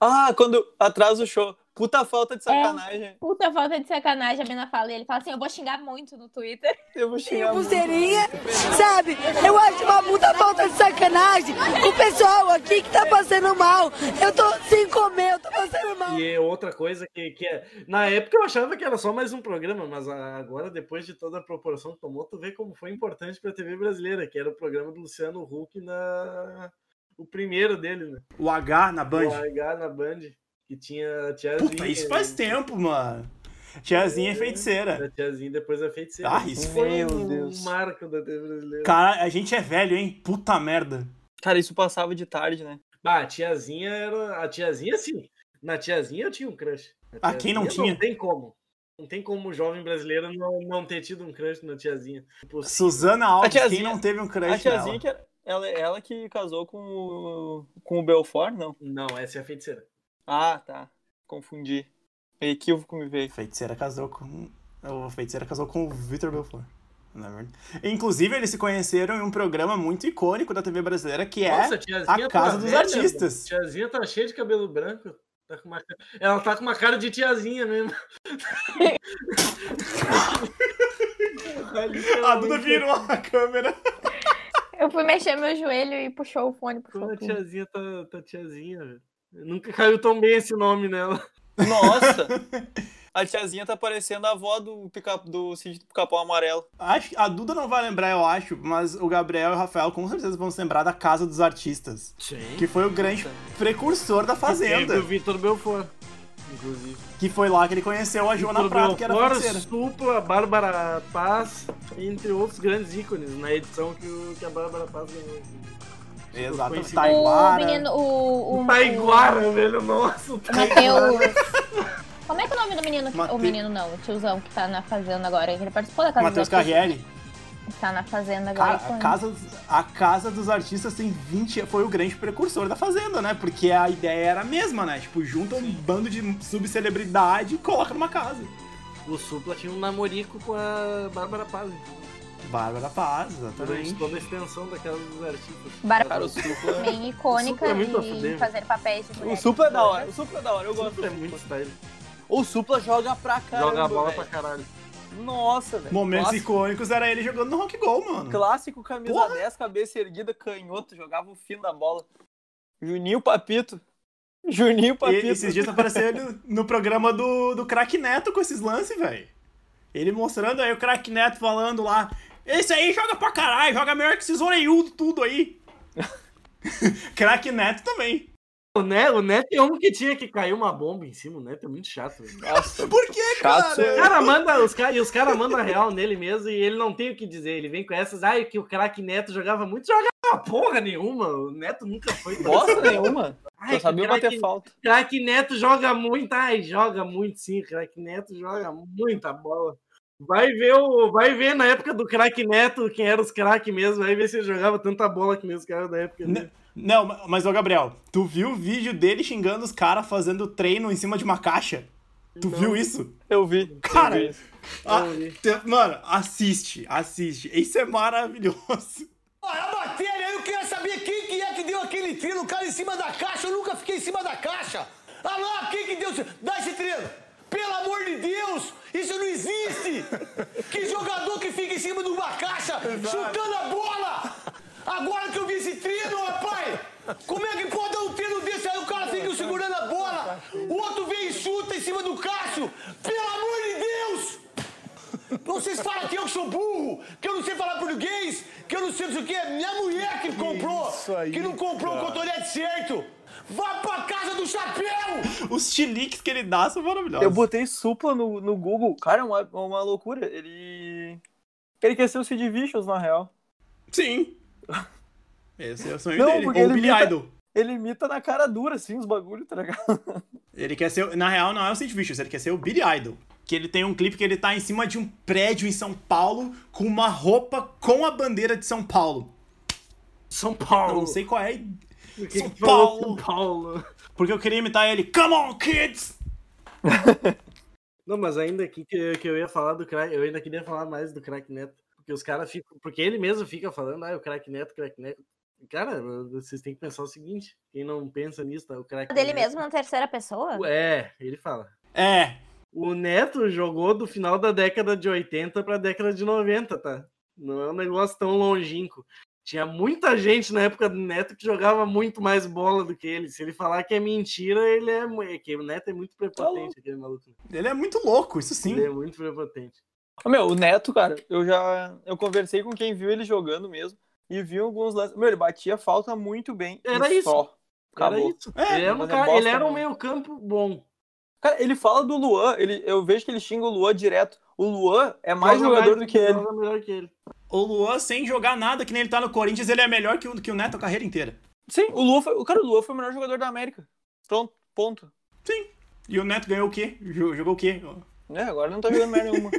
Ah, quando atrasa o show. Puta falta de sacanagem. Puta falta de sacanagem, a menina fala e ele fala assim: eu vou xingar muito no Twitter. Eu vou xingar. o pulseirinha, sabe? Eu acho uma puta falta de sacanagem com o pessoal aqui que tá passando mal. Eu tô sem comer, eu tô passando mal. E é outra coisa que, que é. Na época eu achava que era só mais um programa, mas a- agora, depois de toda a proporção que tomou, tu vê como foi importante pra TV brasileira, que era o programa do Luciano Huck na. O primeiro dele, né? O H na O Band. H na Band. Que tinha. tinha Puta, isso faz tempo, mano. Tiazinha é feiticeira. A tiazinha depois a feiticeira. Ah, isso foi- foi Meu um Deus. marco da TV brasileira. Cara, a gente é velho, hein? Puta merda. Cara, isso passava de tarde, né? Bah, a tiazinha era. A tiazinha, sim. Na tiazinha eu tinha um crush. Na Ah, quem não tiazinha tinha? Não tem como. Não tem como o jovem brasileiro não, não ter tido um crush na tiazinha. Tipo, Impossível. Assim, Suzana Alves, A tiazinha- quem não teve um crush A tiazinha nela? que era- ela, ela que casou com o, com o Belfort, não? Não, essa é a feiticeira. Ah, tá. Confundi. Equívoco me veio. Feiticeira casou com. O feiticeira casou com o Victor Belfort. Na verdade. Inclusive, eles se conheceram em um programa muito icônico da TV brasileira, que é Nossa, tiazinha A Casa tá dos velha, Artistas. mano. Tiazinha tá cheia de cabelo branco. Tá com uma- Ela tá com uma cara de tiazinha mesmo. Tá A Duda virou a câmera. Eu fui mexer meu joelho e puxou o fone pro Como a tiazinha tá, tá tiazinha, velho. Nunca caiu tão bem esse nome nela. Nossa! a tiazinha tá parecendo a avó do, pica, do Cid do Capão Amarelo. Acho, que- a Duda não vai lembrar, eu acho, mas o Gabriel e o Rafael com certeza vão se lembrar da Casa dos Artistas. Sim. Que foi o grande precursor da Fazenda. Teve o Vitor Belfort, inclusive. Que foi lá que ele conheceu a Joana Vitor Prado, que era Belfort, feiticeira. Supla, Bárbara Paz, entre outros grandes ícones na edição que, o- que a Bárbara Paz ganhou. Exatamente. O Taiguara. menino, o. o Taiguara, velho, nossa. o o Mateus. Como é que é o nome do menino? que- Mate- O menino não, o tiozão que tá na fazenda agora. que Ele participou da casa Matheus dos artistas, Carrieri. que Tá na fazenda Cara, agora. foi, a né? casa, dos- a casa dos artistas tem 20 anos. Foi o grande precursor da Fazenda, né? Porque a ideia era a mesma, né? Tipo, junta um bando de subcelebridade e coloca numa casa. O Supla tinha um namorico com a Bárbara Paz. Bárbara Paz, exatamente. Estou na extensão da Casa dos Artistas. Bárbara- Cara, o Supla. Bem O icônica Supla é muito a de fuder. fazer papéis de O mulheres. Supla é da hora. O Supla é da hora. Eu gosto. É muito style. O Supla joga pra caramba. Joga a bola velho. pra caralho. Nossa, velho. Momentos Clássico- icônicos era ele jogando no rock goal, mano. Clássico, camisa 10, cabeça erguida, canhoto, jogava o fim da bola. Juninho Papito. Juninho E Papito. esses dias apareceu ele no programa do, do Crack Neto com esses lances, velho. Ele mostrando aí o Crack Neto falando lá. Esse aí joga pra caralho, joga melhor que esses orelhudos tudo aí. Crack Neto também. O Neto, o Neto é um que tinha que cair uma bomba em cima, o Neto é muito chato. Nossa, Por que, chato. cara? Os cara manda, os cara, e os caras mandam a real nele mesmo e ele não tem o que dizer. Ele vem com essas, ai, que o craque Neto jogava muito, jogava porra nenhuma. O Neto nunca foi. Bosta nenhuma. Ai, Só sabia que craque- bater falta. Craque Neto joga muito, ai, joga muito sim, craque Neto joga muita bola. Vai ver, o, vai ver na época do craque Neto quem era os craques mesmo, vai ver se ele jogava tanta bola que nem os caras da época. dele. Não, ma- mas ô Gabriel, tu viu o vídeo dele xingando os caras fazendo treino em cima de uma caixa? Tu viu isso? Eu vi. Cara, eu vi isso. ah, te- mano, assiste, assiste. Isso é maravilhoso. matéria, eu queria saber quem que é que deu aquele trino, o cara em cima da caixa, eu nunca fiquei em cima da caixa. Ah lá, quem que deu? esse- Dá esse trino! Pelo amor de Deus, isso não existe! Que jogador que fica em cima de uma caixa chutando a bola! Agora que eu vi esse trino, rapaz! Como é que pode dar um trino desse aí? O cara fica segurando a bola, o outro vem e chuta em cima do Cássio! Pelo amor de Deus! Vocês falam que eu sou burro, que eu não sei falar português, que eu não sei não sei o que. Minha mulher que comprou, que não comprou o cotonete certo. Vá pra casa do chapéu! Os chiliques que ele dá são maravilhosos. Eu botei supla no, no Google. Cara, é uma, é uma loucura. Ele. Ele quer ser o Sid Vicious, na real. Sim. Esse é o sonho Não, dele. porque Ou ele Billy imita- Idol. Ele imita na cara dura, assim, os bagulhos, tá ligado? Ele quer ser. Na real, não é o Sid Vicious, ele quer ser o Billy Idol. Que ele tem um clipe que ele tá em cima de um prédio em São Paulo com uma roupa com a bandeira de São Paulo. São Paulo. Eu não sei qual é. que São que falou Paulo. São Paulo. Porque eu queria imitar ele. Come on, kids! Não, mas ainda aqui que eu, que eu ia falar do craque, eu ainda queria falar mais do craque Neto, porque os caras ficam, porque ele mesmo fica falando, ah, o craque Neto, craque Neto. Cara, vocês têm que pensar o seguinte, quem não pensa nisso, tá? O craque Dele Neto- mesmo na terceira pessoa? É, ele fala. É. O Neto jogou do final da década de 80 pra década de 90, tá? Não é um negócio tão longínquo. Tinha muita gente na época do Neto que jogava muito mais bola do que ele. Se ele falar que é mentira, ele é. mu- é que o Neto é muito prepotente, aquele maluco. né? Ele é muito louco, isso sim. Ele é muito prepotente. Ô, Ah, Meu, o Neto, cara, eu já. Eu conversei com quem viu ele jogando mesmo. E vi alguns lances. Meu, ele batia falta muito bem. e Era isso. Só. Era Acabou. isso. ele era um, Mas é cara- bosta ele era um mesmo. meio campo bom. Cara, ele fala do Luan. Ele, eu vejo que ele xinga o Luan direto. O Luan é mais Joga jogador do que ele. joga melhor que ele. O Luan, sem jogar nada, que nem ele tá no Corinthians, ele é melhor que o, que o Neto a carreira inteira. Sim, o Luan foi. O cara, o Luan foi o melhor jogador da América. Pronto, ponto. Sim. E o Neto ganhou o quê? Jo- Jogou o quê? Né? Agora não tá jogando merda nenhuma.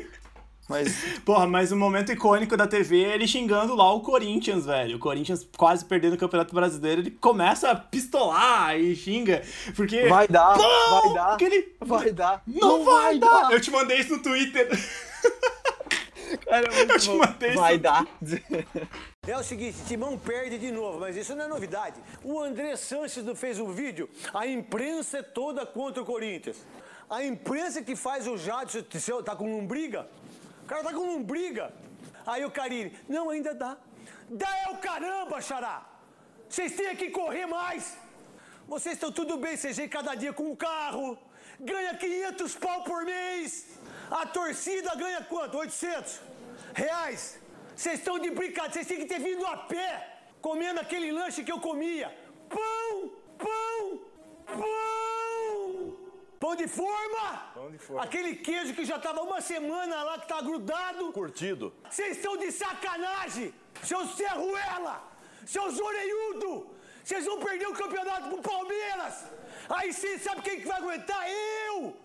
Porra, mas o momento icônico da TV é ele xingando lá o Corinthians, velho. O Corinthians quase perdendo o Campeonato Brasileiro, ele começa a pistolar e xinga. Porque. Vai dar, Não! vai dar. Aquele- Vai dar. Não, vai, dar. Eu te mandei isso no Twitter. Cara, é muito Eu te bom. mandei isso. Vai dar. É o seguinte, Timão perde de novo, mas isso não é novidade. O André Sanches não fez um vídeo, a imprensa é toda contra o Corinthians. A imprensa que faz o Jadson Tisseu tá com lombriga. O cara tá com lombriga. Aí o Carine, não, ainda dá. Dá é o caramba, Xará! Vocês têm que correr mais! Vocês estão tudo bem, CG, cada dia com um carro. Ganha 500 pau por mês. A torcida ganha quanto? 800 reais. Vocês estão de brincadeira. Vocês têm que ter vindo a pé comendo aquele lanche que eu comia. Pão, pão, pão. Pão de forma? Pão de forma. Aquele queijo que já tava uma semana lá, que tá grudado. Curtido. Vocês estão de sacanagem, seus serruela, seus orelhudo. Vocês vão perder o campeonato pro Palmeiras. Aí sim, sabe quem que vai aguentar? Eu!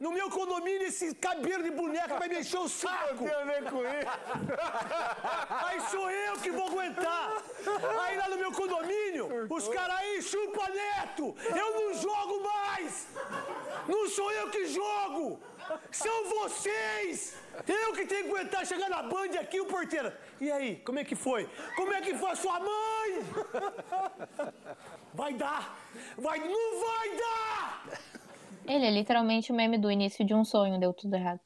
No meu condomínio, esse cabelo de boneca vai me encher o saco. Aí sou eu que vou aguentar. Aí lá no meu condomínio, os caras aí chupa neto. Eu não jogo mais. Não sou eu que jogo. São vocês. Eu que tenho que aguentar chegar na band aqui, o porteiro. E aí, como é que foi? Como é que foi a sua mãe? Vai dar. Vai, não vai dar. Ele é literalmente o meme do início de um sonho, deu tudo errado.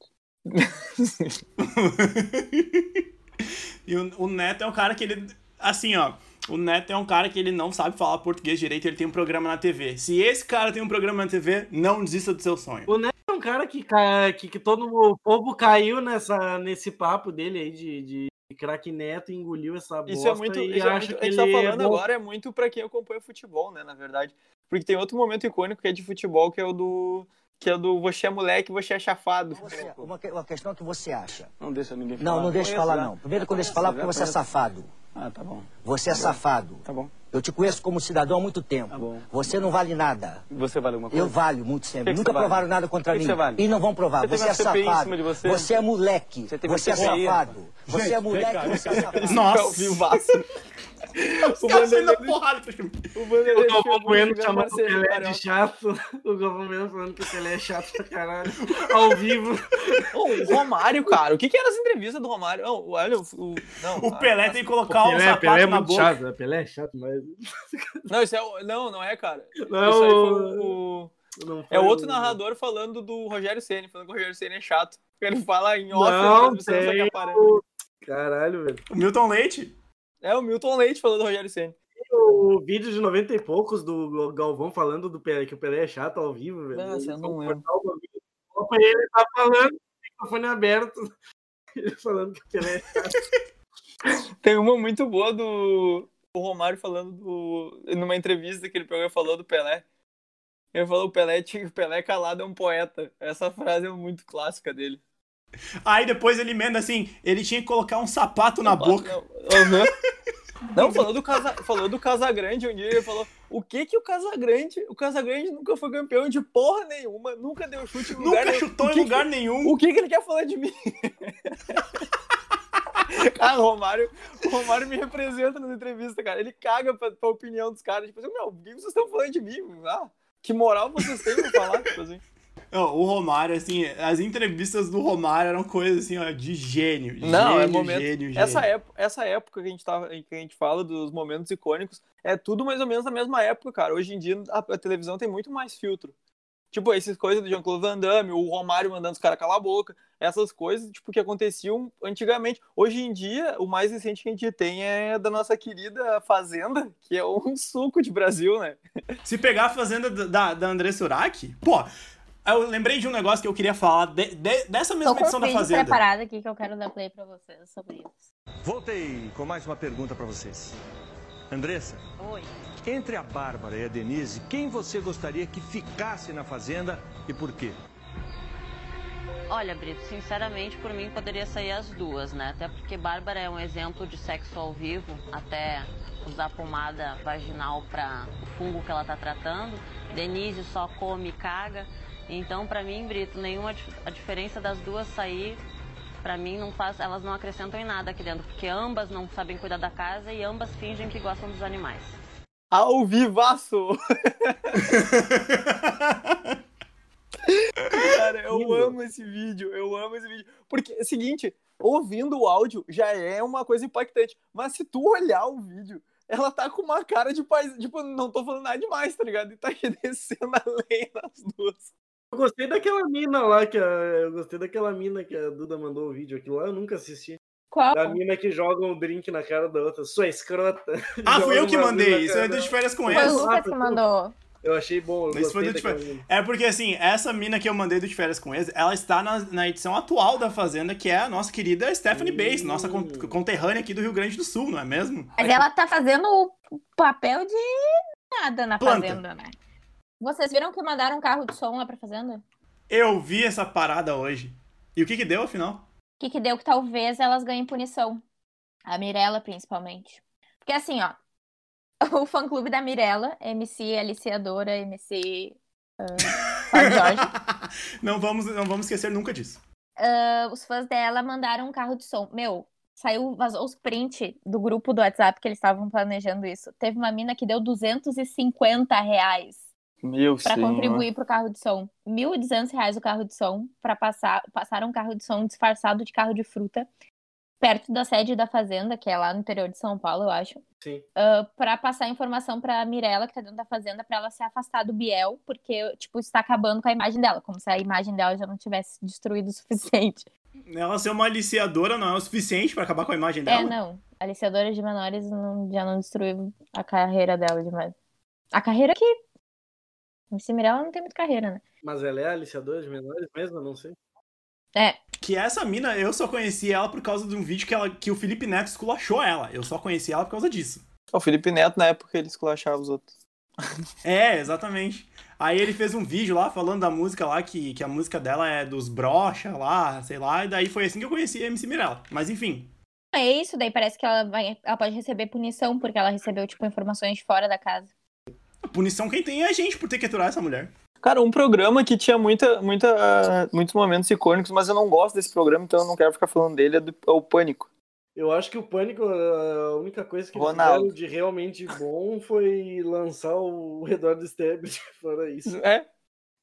E o, o Neto é um cara que ele. Assim, ó. O Neto é um cara que ele não sabe falar português direito, ele tem um programa na TV. Se esse cara tem um programa na TV, não desista do seu sonho. O Neto é um cara que, ca- que, que todo o povo caiu nessa, nesse papo dele aí de, de craque Neto engoliu essa bosta Isso é muito. e isso é acha muito- que a gente tá ele é falando bom. agora é muito pra quem acompanha futebol, né? Na verdade. Porque tem outro momento icônico que é de futebol, que é o do. Que é do você é moleque, você é chafado. Uma, que- uma questão que você acha. Não deixa ninguém Não, não deixa eu falar, não. Primeiro que eu deixo falar porque você é safado. Ah, tá bom. Você é Tá bom. safado. Tá bom. Eu te conheço como cidadão há muito tempo. Você não vale nada. Tá Você vale alguma coisa? Eu valho muito sempre. Que que Nunca você vale? provaram nada contra Que que mim. você vale? E não vão provar. Você teve Você, uma é CPI em safado. cima de você? é moleque. Você, teve uma é CPI. safado. Você é Gente, vem cá, moleque. vem Você é safado. Nossa. Ao vivaço. Os caras saindo porrada pra mim. O O Vanderlei Galvão chegou Bueno chegando chamando o Marcelinho Pelé Carioca. de chato. O Galvão Bueno falando que o Pelé é chato pra caralho. Ao vivo. Ô, o Romário, cara. O que, que era essa entrevista do Romário? Não, olha, o, o, não, ah, O a- Pelé a- tem que colocar Tá um o sapato Pelé é na muito boca. chato. né? Pelé é chato, mas... Não, isso é, o- não, não é, cara. Não, isso aí foi o, não foi é um outro o- narrador falando do Rogério Ceni, falando que o Rogério Ceni é chato. Ele fala em off, Não, mas você não sabe tem aparece. o... Caralho, velho. O Milton Leite? É o Milton Leite falando do Rogério Ceni. O vídeo de 90 e poucos do Galvão falando do Pelé, que o Pelé é chato ao vivo, velho. Nossa, eu não lembro. Opa, ele tá falando, microfone aberto. Ele falando que o Pelé é chato. Tem uma muito boa do o Romário falando do numa entrevista que ele pegou e falou do Pelé. Ele falou o Pelé, tinha- o Pelé calado é um poeta. Essa frase é muito clássica dele. Aí depois ele emenda assim, ele tinha que colocar um sapato na boca. Aham. Não, falou do, Casa, falou do Casagrande um dia, ele falou, o que que o Casagrande, o Casagrande nunca foi campeão de porra nenhuma, nunca deu chute em lugar Nunca nenhum. chutou O em que lugar que- nenhum. O que que ele quer falar de mim? Cara, o Romário, o Romário me representa nas entrevistas, cara. Ele caga pra, pra opinião dos caras. Tipo assim, meu, por que vocês estão falando de mim? Ah, que moral vocês têm pra falar? Tipo assim. Ó, O Romário, assim, as entrevistas do Romário eram coisas assim, ó, de gênio. Não, gênio, é momento. Gênio, gênio. essa, época, essa época que a, gente tava, que a gente fala dos momentos icônicos é tudo mais ou menos na mesma época, cara. Hoje em dia a, a televisão tem muito mais filtro. Tipo, essas coisas do Jean-Claude Van Damme, o Romário mandando os caras calar a boca, essas coisas tipo, que aconteciam antigamente. Hoje em dia, o mais recente que a gente tem é da nossa querida Fazenda, que é um suco de Brasil, né? Se pegar a fazenda da- da, da André Surak, pô, eu lembrei de um negócio que eu queria falar de- de- dessa Tô mesma com edição um da vídeo Fazenda. preparado aqui que eu quero dar play pra vocês sobre isso. Voltei com mais uma pergunta pra vocês. Andressa, Oi. entre a Bárbara e a Denise, quem você gostaria que ficasse na fazenda e por quê? Olha, Brito, sinceramente, por mim poderia sair as duas, né? Até porque Bárbara é um exemplo de sexo ao vivo, até usar pomada vaginal para o fungo que ela tá tratando. Denise só come e caga. Então, pra mim, Brito, nenhuma dif- a diferença das duas sair, pra mim não faz, elas não acrescentam em nada aqui dentro, porque ambas não sabem cuidar da casa e ambas fingem que gostam dos animais. Ao vivaço! Cara, eu amo esse vídeo, eu amo esse vídeo. Porque é o seguinte, ouvindo o áudio já é uma coisa impactante, mas se tu olhar o vídeo, ela tá com uma cara de paz, tipo, não tô falando nada demais, tá ligado? E tá descendo a lei nas duas. Eu gostei daquela mina lá, que a... eu gostei daquela mina que a Duda mandou o vídeo. Aquilo lá eu nunca assisti. Qual? Da mina que joga um drink na cara da outra. Sua escrota. Ah, Joga fui eu que uma mina mandei. na Isso cara eu dei de da- férias com Foi ela. o Lucas que mandou. Eu achei bom. Eu Isso foi gostei do de daquela férias. mina. É porque, assim, essa mina que eu mandei do de férias com eles, ela está na, na edição atual da Fazenda, que é a nossa querida Stephanie Bates, nossa con- Hum. conterrânea aqui do Rio Grande do Sul, não é mesmo? Mas ela tá fazendo o papel de nada na Planta. fazenda, né? Vocês viram que mandaram um carro de som lá pra fazenda? O Eu vi essa parada hoje. E o que que deu, afinal? que, que deu que talvez elas ganhem punição? A Mirella, principalmente. Porque assim, ó. O fã clube da Mirella, MC Aliciadora, ah, MC. Não vamos, não vamos esquecer nunca disso. ah, os fãs dela mandaram um carro de som. Meu, saiu, vazou os print do grupo do WhatsApp que eles estavam planejando isso. Teve uma mina que deu 250 reais Meu Pra contribuir pro carro de som. R$ 1.200 reais o carro de som para passar passar um carro de som disfarçado de carro de fruta perto da sede da fazenda, que é lá no interior de São Paulo, eu acho, Sim. para passar informação pra Mirella, que tá dentro da fazenda, pra ela se afastar do Biel, porque tipo está acabando com a imagem dela, como se a imagem dela já não tivesse destruído o suficiente. Ela ser uma aliciadora não é o suficiente pra acabar com a imagem dela. É, não. A aliciadora de menores não- já não destruiu a carreira dela demais. A carreira que MC Mirella não tem muito carreira, né? Mas ela é aliciadora de menores mesmo? Eu não sei. É. que essa mina, eu só conheci ela por causa de um vídeo que, ela, que o Felipe Neto esculachou ela. Eu só conheci ela por causa disso. É O Felipe Neto, na época, ele esculachava os outros. É, exatamente. Aí ele fez um vídeo lá falando da música lá, que, que a música dela é dos brocha lá, sei lá, e daí foi assim que eu conheci a MC Mirella. Mas enfim. É isso, daí parece que ela, vai, ela pode receber punição, porque ela recebeu, tipo, informações de fora da casa. A punição quem tem é a gente por ter que aturar essa mulher. Cara, um programa que tinha muita, muita, muitos momentos icônicos, mas eu não gosto desse programa, então eu não quero ficar falando dele, é, do, é o Pânico. Eu acho que o Pânico, a única coisa que eles Ronaldo. fizeram de realmente bom foi lançar o redor do Stebbins, fora isso. É?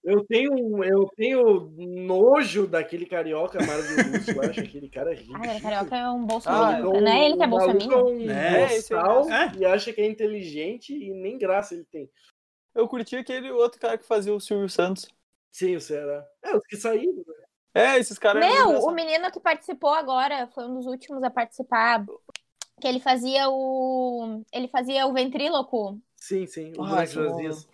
Eu tenho, um, eu tenho nojo daquele carioca maravilhoso, eu acho aquele cara rico. Ah, ele é carioca é um Ah, bolsominion. não é ele que é bolsominion? É, É, esse é o e acha que é inteligente e nem graça ele tem. Eu curti aquele outro cara que fazia o Silvio Santos. Sim, o Ceará. É, os que saíram. né? É, esses caras... eram Meu, o engraçados. menino que participou agora, foi um dos últimos a participar, que ele fazia o. Ele fazia o ventríloco. Sim, sim. O Ah, Bruno que Josias.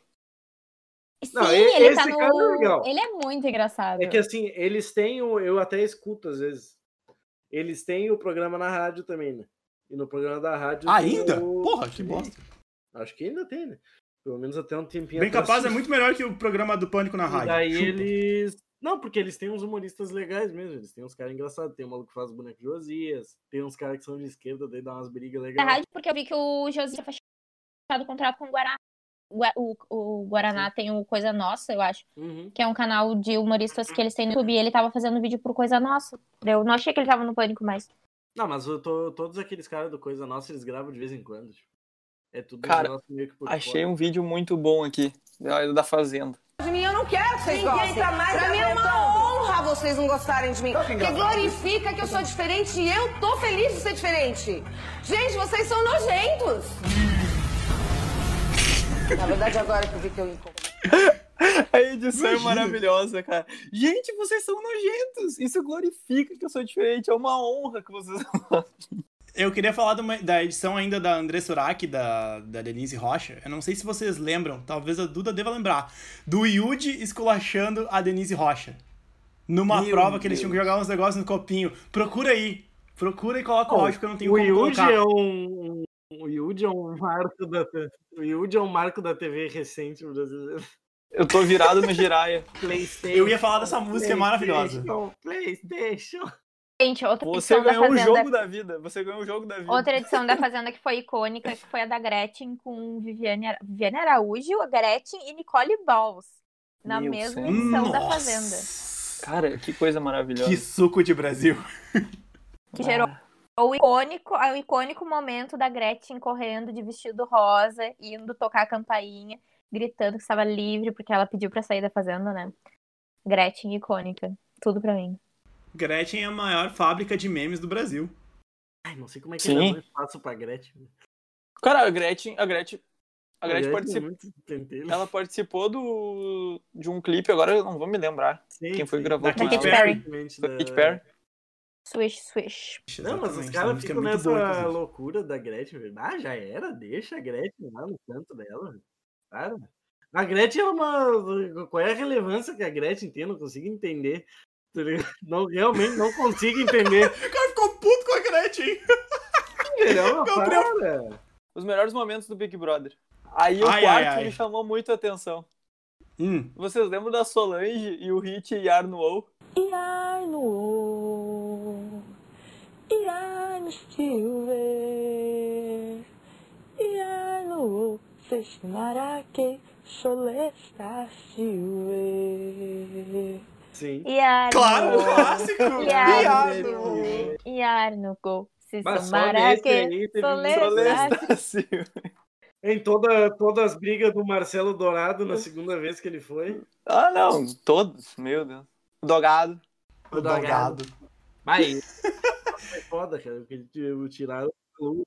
Sim, Não, e- ele tá esse no. cara é legal. Ele é muito engraçado. É que assim, eles têm o. Eu até escuto às vezes. Eles têm o programa na rádio também, né? E no programa da rádio. tem Ainda? o- Porra, que bosta. Acho que ainda tem, né? Pelo menos até um tempinho Bem atrás. capaz é muito melhor que o programa do Pânico na E rádio. daí Chupa. eles. Não, porque eles têm uns humoristas legais mesmo. Eles têm uns caras engraçados. Tem um maluco que faz o boneco de Josias. Tem uns caras que são de esquerda, daí dá umas brigas Na legais. rádio, porque eu vi que o José tinha fechado o contrato com o Guaraná. Gua- O, o Guaraná tem o Coisa Nossa, eu acho. Uhum. Que é um canal de humoristas que eles têm no YouTube. E ele tava fazendo vídeo por Coisa Nossa. Eu não achei que ele tava no pânico mais. Não, mas eu tô- todos aqueles caras do Coisa Nossa, eles gravam de vez em quando. tipo. É tudo Cara, negócio meio que por Achei fora. um vídeo muito bom aqui, da da Fazenda. De mim eu não quero que vocês Ninguém gostem. tá mais pra mim é uma aguentando. honra vocês não gostarem de mim. Tá que Porque engraçado. glorifica que eu sou diferente e eu tô feliz de ser diferente. Gente, vocês são nojentos. Na verdade, agora que eu vi que eu encontro. A edição Imagina. é maravilhosa, cara. Gente, vocês são nojentos. Isso glorifica que eu sou diferente. É uma honra que vocês Eu queria falar de uma- da edição ainda da André Surak, da, da Denise Rocha. Eu não sei se vocês lembram, talvez a Duda deva lembrar. Do Yudi esculachando a Denise Rocha. Numa Meu prova que eles tinham Deus. que jogar uns negócios no copinho. Procura aí. Procura e coloca o Bom, áudio, porque eu não tenho o como Yuji colocar. é um, o Yuji é um marco da te- o Yuji é um marco da TV recente brasileira. Eu tô virado no giraia. PlayStation. Eu ia falar dessa música, é maravilhosa. PlayStation. Gente, outra Você edição da ganhou o é Fazenda. jogo da vida. Você ganhou o jogo da vida. Outra edição da Fazenda que foi icônica, que foi a da Gretchen com Viviane, Ara- Viviane Araújo, a Gretchen e Nicole Balls. Na Meu é um mesma céu. edição da Nossa. Fazenda. Cara, que coisa maravilhosa. Que suco de Brasil. Que gerou o icônico, o icônico momento da Gretchen correndo de vestido rosa, indo tocar a campainha, gritando que estava livre, porque ela pediu pra sair da Fazenda, né? Gretchen icônica. Tudo pra mim. Gretchen é a maior fábrica de memes do Brasil. Ai, não sei como é que Sim. era espaço pra Gretchen. Cara, a Gretchen, a Gretchen, a A Gretchen Gretchen participou. é muito pentelha. Ela participou do de um clipe, agora eu não vou me lembrar quem foi sim. gravou Da com Katy ela. Perry. Da Katy Perry. Swish, swish. Não, mas os Exatamente, essa caras música é ficam muito nessa boa, inclusive. loucura da Gretchen. velho. Ah, já era, deixa a Gretchen lá no canto dela. velho. Para. A Gretchen é uma. Qual é a relevância que a Gretchen tem? Eu não consigo entender. Tá ligado? Não, realmente não consigo entender. é O cara ficou puto com a Gretchen. Melhor, Gabriel. para. Os melhores momentos do Big Brother. Aí o Ai, ai, quarto ai. me chamou muito a atenção. Hum. Vocês lembram da Solange e o hit Yar no O? Irai no oh. o, irai no estive, irai no o, seshimarake, solesta estive. Sim. é Iar Claro, no gol. clássico. Iar, Iar no gol. Iar no gol. Se Mas só somar nesse aí aqui, teve um solestar. Em toda, todas as brigas do Marcelo Dourado na segunda vez que ele foi. Ah, não, todos, meu Deus. Dogado. O Dogado. Vai. Foi foda, cara. Porque ele tirou- tiraram tiraram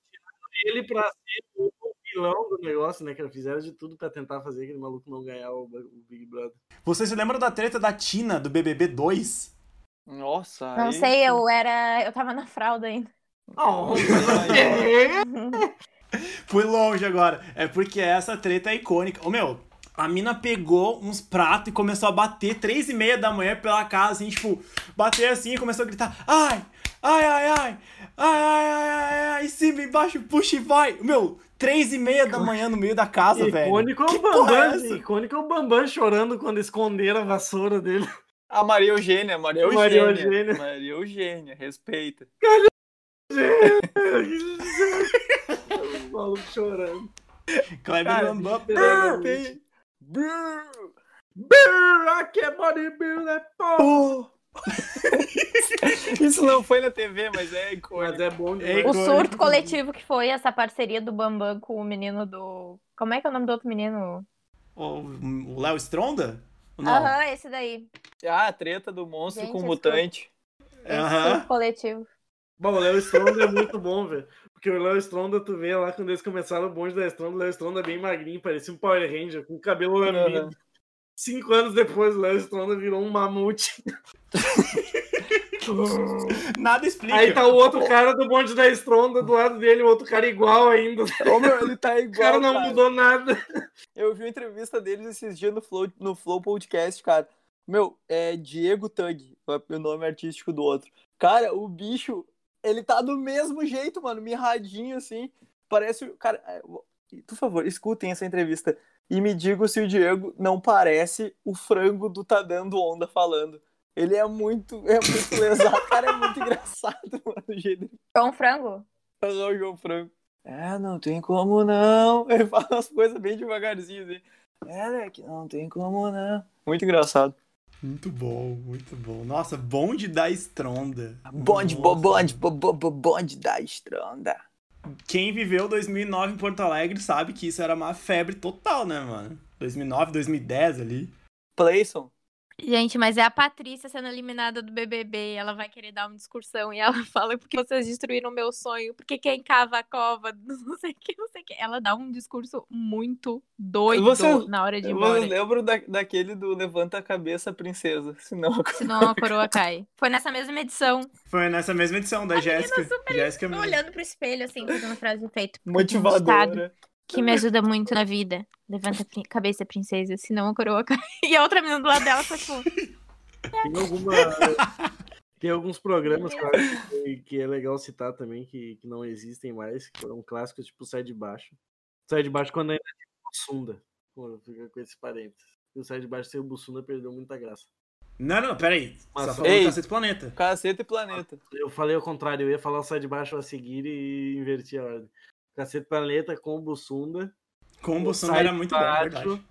ele pra ser o vilão do negócio, né, cara? Fizeram de tudo pra tentar fazer aquele maluco não ganhar o, o Big Brother. Vocês se lembram da treta da Tina do BBB 2? Nossa. Não sei, eu era. Eu tava na fralda ainda. Fui longe agora. É porque essa treta é icônica. Ô meu, A mina pegou uns pratos e começou a bater três e meia da manhã pela casa, assim, tipo, bater assim e começou a gritar, ai, ai, ai, ai, ai, ai, ai, ai, ai, em cima, embaixo, puxa e vai. Meu, três e meia da manhã no meio da casa, velho. Icônico é o Que porra é Bambam. essa? icônico é o Bambam chorando quando esconderam a vassoura dele. A Ah, Maria Eugênia, Maria Eugênia. Maria Eugênia. Maria Eugênia, respeita. O maluco chorando. Kleber Cara, Bambam. literalmente. Brrr. Brrr, aqui é bodybuilder, pô! Isso não foi na TV, mas é icônico. Mas é bom O surto coletivo que foi essa parceria do Bambam com o menino do. Como é que é o nome do outro menino? O o Léo Stronda? Não. Aham, esse daí. Ah, a treta do monstro Gente, com o esse mutante. Surto coletivo. Bom, o Léo Stronda é muito bom, velho. Porque o Léo Stronda, tu vê lá quando eles começaram o bonde da Stronda, o Léo Stronda é bem magrinho, parecia um Power Ranger, com o cabelo lambido. Aham. Cinco anos depois, o Léo Stronda virou um mamute. Nada explica. Aí tá o outro cara do bonde da Stronda do lado dele, o outro cara igual ainda. Ô, meu, ele tá O igual, cara não mudou nada. Eu vi uma entrevista deles esses dias no Flow, no Flow Podcast, cara. Meu, é Diego Tug, o nome artístico do outro. Cara, o bicho, ele tá do mesmo jeito, mano, mirradinho assim. Parece. o- Cara, é, o- por favor, escutem essa entrevista e me digam se o Diego não parece o frango do Tá Dando Onda falando. Ele é muito, é muito lesado, cara, é muito engraçado, mano, o jeito dele João um Frango? falar o João Franco. É, não tem como não. Ele fala as coisas bem devagarzinho, assim. É, né, que não tem como não. Muito engraçado. Muito bom, muito bom. Nossa, bonde da Stronda. Bonde, bo- bonde, bo- bo- bo- bonde da estronda. Quem viveu 2009 em Porto Alegre sabe que isso era uma febre total, né, mano? 2009, 2010 ali. Playson? Gente, mas é a Patrícia sendo eliminada do BBB. Ela vai querer dar uma discursão e ela fala porque vocês destruíram meu sonho, porque quem cava a cova, não sei o que, não sei o que. Ela dá um discurso muito doido Você- na hora de ir Eu embora. lembro da, daquele do Levanta a Cabeça, Princesa. Senão... Senão a coroa cai. Foi nessa mesma edição. Foi nessa mesma edição da Jéssica. Jéssica mesmo. Olhando pro espelho, assim, fazendo frase de efeito. Motivadora. Que me ajuda muito na vida. Levanta a prin- cabeça, princesa, senão a coroa cai. E a outra menina do lado dela tá tipo. Tem alguma. Tem alguns programas, claro, que, que é legal citar também, que, que não existem mais, que foram clássicos, tipo Sai de Baixo. Sai de Baixo quando ainda tinha o Bussunda. Pô, fica com esse parênteses. E o Sai de Baixo sem o Bussunda perdeu muita graça. Não, não, peraí. Só Mas- falou Ei. do Cacete Planeta. Caceta e Planeta. Eu falei o contrário, eu ia falar o Sai de Baixo a seguir e inverti a ordem. Cacete Planeta com o Bussunda. Com o Bussunda Sai era de muito bom, é Baixo. verdade.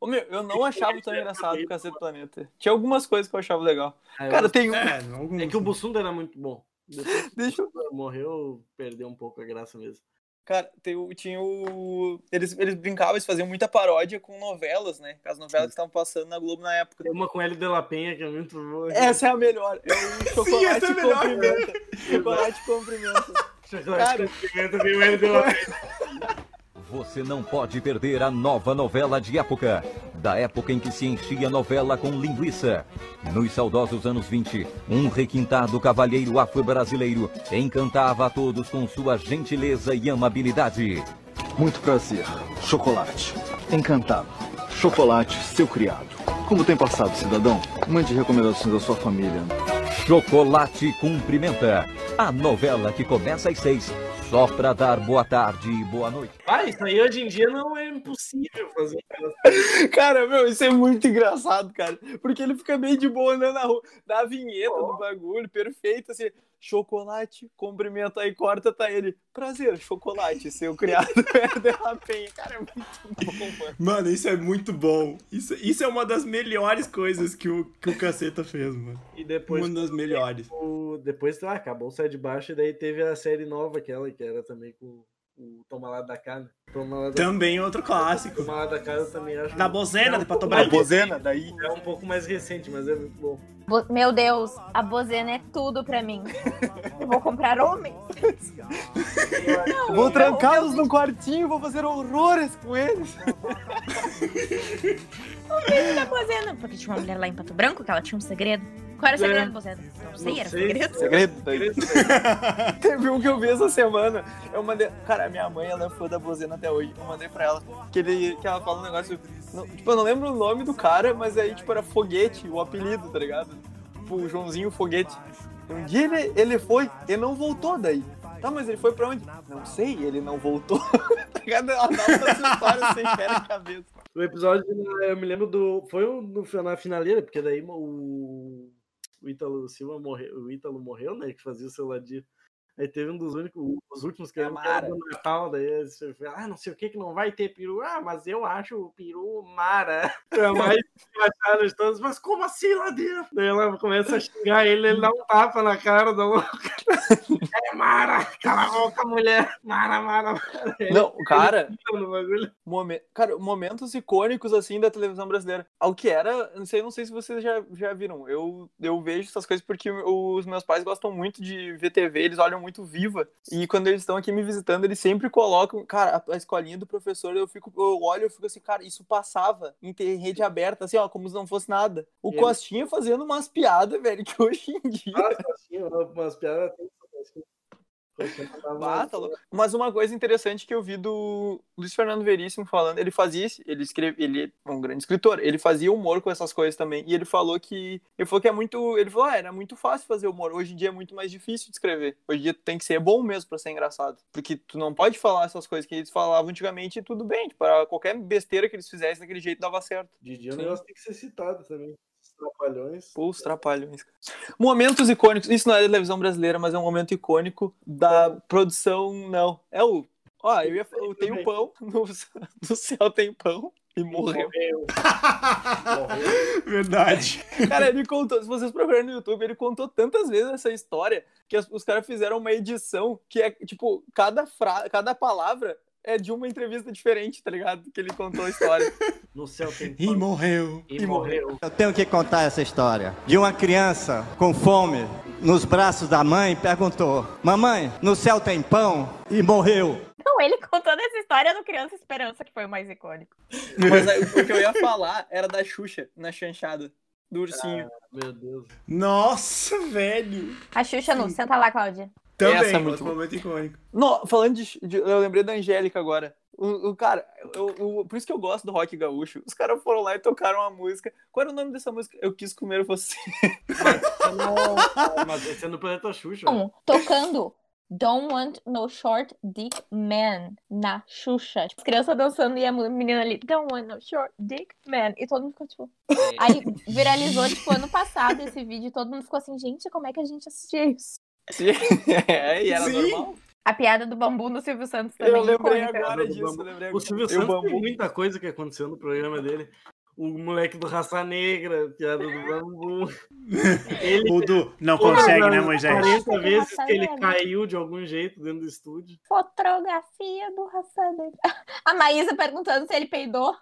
Ô, meu, eu não achava é tão engraçado o Caceta Planeta. Tinha algumas coisas que eu achava legal. eu Cara, gostei. tem um. É, É que o Bussunda era muito bom. Depois que Deixa o Bussunda morreu, perdeu um pouco a graça mesmo. Cara, tem o- tinha o. Eles, eles brincavam, eles faziam muita paródia com novelas, né? As novelas que estavam passando na Globo na época. Tem uma com Hélio de La Penha que é muito boa. Essa é a melhor. É o chocolate essa é a melhor. com pimenta. Chocolate com pimenta. Chocolate com pimenta tem o Hélio de La Penha. Você não pode perder a nova novela de época. Da época em que se enchia novela com linguiça. Nos saudosos anos 20, um requintado cavalheiro afro-brasileiro encantava a todos com sua gentileza e amabilidade. Muito prazer. Chocolate. Encantado. Chocolate, seu criado. Como tem passado, cidadão? Mande recomendações à sua família. Chocolate Cumprimenta. A novela que começa às seis, só pra dar boa tarde e boa noite. Ah, isso aí hoje em dia não é impossível fazer. Cara, meu, isso é muito engraçado, cara. Porque ele fica meio de boa andando na rua, dá a vinheta do bagulho, perfeito, assim. Chocolate, cumprimenta aí, corta, tá ele. Prazer, chocolate, seu criado é de La Penha. Cara, é muito bom, mano. Mano, isso é muito bom. Isso, isso é uma das melhores coisas que o, que o Caceta fez, mano. E depois. Uma das melhores. O, depois ah, acabou o Sai de Baixo e daí teve a série nova, aquela que era também com o Toma Lá da Carne. Toma Lá da Também outro clássico. Toma Lá da Carne eu também acho. Da Bozena, É um de pouco Pato mais Branco. Bozena, daí. É um pouco mais recente, mas é muito bom. Bo- Meu Deus, a Bozena é tudo pra mim. Eu vou comprar homens. Vou trancá-los num quartinho, vou fazer horrores com eles. O beijo da Bozena. Porque tinha uma mulher lá em Pato Branco que ela tinha um segredo. Qual era o segredo, Bozena? É. Não sei, era segredo. Segredo. tá Teve um que eu vi essa semana. Eu mandei. Cara, minha mãe, ela é fã da Bozena até hoje. Eu mandei pra ela que, ele, que ela fala um negócio. Não, tipo, eu não lembro o nome do cara, mas aí, tipo, era Foguete, o apelido, tá ligado? Tipo, o Joãozinho Foguete. Um dia ele, ele foi e não voltou daí. Tá, mas ele foi pra onde? Não sei, ele não voltou. tá ligado? Ela dá umas histórias sem pé na cabeça. O episódio, né, eu me lembro do. Foi o, no, na finaleira, porque daí o. O Ítalo Silva morreu. O Ítalo morreu, né? Que fazia o seu ladinho. Aí teve um dos únicos, os últimos que era Mara. do Natal, daí eles falaram, ah, não sei o que que não vai ter peru. Ah, mas eu acho o peru mara. É mais acharam os todos, mas como assim lá dentro? Daí ela começa a xingar ele, ele dá um tapa na cara da louca. É mara, cala a boca, mulher. Mara, mara, mara. Não, Ele- cara. ele no bagulho. Momen- Cara, momentos icônicos assim da televisão brasileira. Ao que era, não sei, não sei se vocês já, já viram. Eu, eu vejo essas coisas porque os meus pais gostam muito de ver TV, eles olham muito viva. E quando eles estão aqui me visitando, eles sempre colocam, cara, a, a escolinha do professor, eu fico, eu olho, eu fico assim, cara, isso passava em ter rede aberta, assim, ó, como se não fosse nada. O Ele- Costinha fazendo umas piadas, velho, que hoje em dia. Nossa, assim, umas piadas né? tem que Ah, tá louco. Mas uma coisa interessante que eu vi do Luiz Fernando Veríssimo falando, ele fazia, esse- ele escreve, ele é um grande escritor, ele fazia humor com essas coisas também, e ele falou que, ele falou que é muito, ele falou, ah, era muito fácil fazer humor, hoje em dia é muito mais difícil de escrever, hoje em dia tu tem que ser bom mesmo pra ser engraçado, porque tu não pode falar essas coisas que eles falavam antigamente e tudo bem, para qualquer besteira que eles fizessem daquele jeito dava certo. De dia o negócio tem que ser citado também. Os trapalhões. Pô, os trapalhões. Momentos icônicos. Isso não é da televisão brasileira, mas é um momento icônico da produção, não. É o. Ó, eu ia fa- eu tenho pão, no, no céu tem pão. E morreu. Verdade. Cara, ele contou, se vocês procurarem no YouTube, ele contou tantas vezes essa história que as- os caras fizeram uma edição que é, tipo, cada, fra, cada palavra é de uma entrevista diferente, tá ligado? Que ele contou a história. No céu tem E morreu. E morreu. Eu tenho que contar essa história de uma criança com fome nos braços da mãe perguntou: "Mamãe, no céu tem pão?" e morreu. Não, ele contando essa história do Criança Esperança, que foi o mais icônico. Mas aí, o que eu ia falar era da Xuxa, na chanchada, do ursinho. meu Deus. Nossa, velho. A Xuxa não, senta lá, Cláudia. Também, Essa é muito muito boa. momento icônico. Não, falando de, de- Eu lembrei da Angélica agora. O, o cara, eu- eu- por isso que eu gosto do rock gaúcho. Os caras foram lá e tocaram uma música. Qual era o nome dessa música? Eu quis comer você. Mas esse é no Planeta Xuxa. Não, tocando Don't Want No Short Dick Man na Xuxa. Tipo, As crianças dançando e a menina ali, Don't Want No Short Dick Man. E todo mundo ficou tipo. Aí viralizou, tipo, ano passado esse vídeo. e Todo mundo ficou assim, gente, como é que a gente assistia isso? é, e era Sim. É normal. A piada do bambu no Silvio Santos também. icônica. O Silvio Eu Santos bambu. tem muita coisa que aconteceu no programa dele. O moleque do Raça Negra, piada do bambu. Ele O do não consegue, Todas né, as Moisés? 40 vezes Raça que ele Negra. caiu de algum jeito dentro do estúdio. Fotografia do Raça Negra. A Maísa perguntando se ele peidou.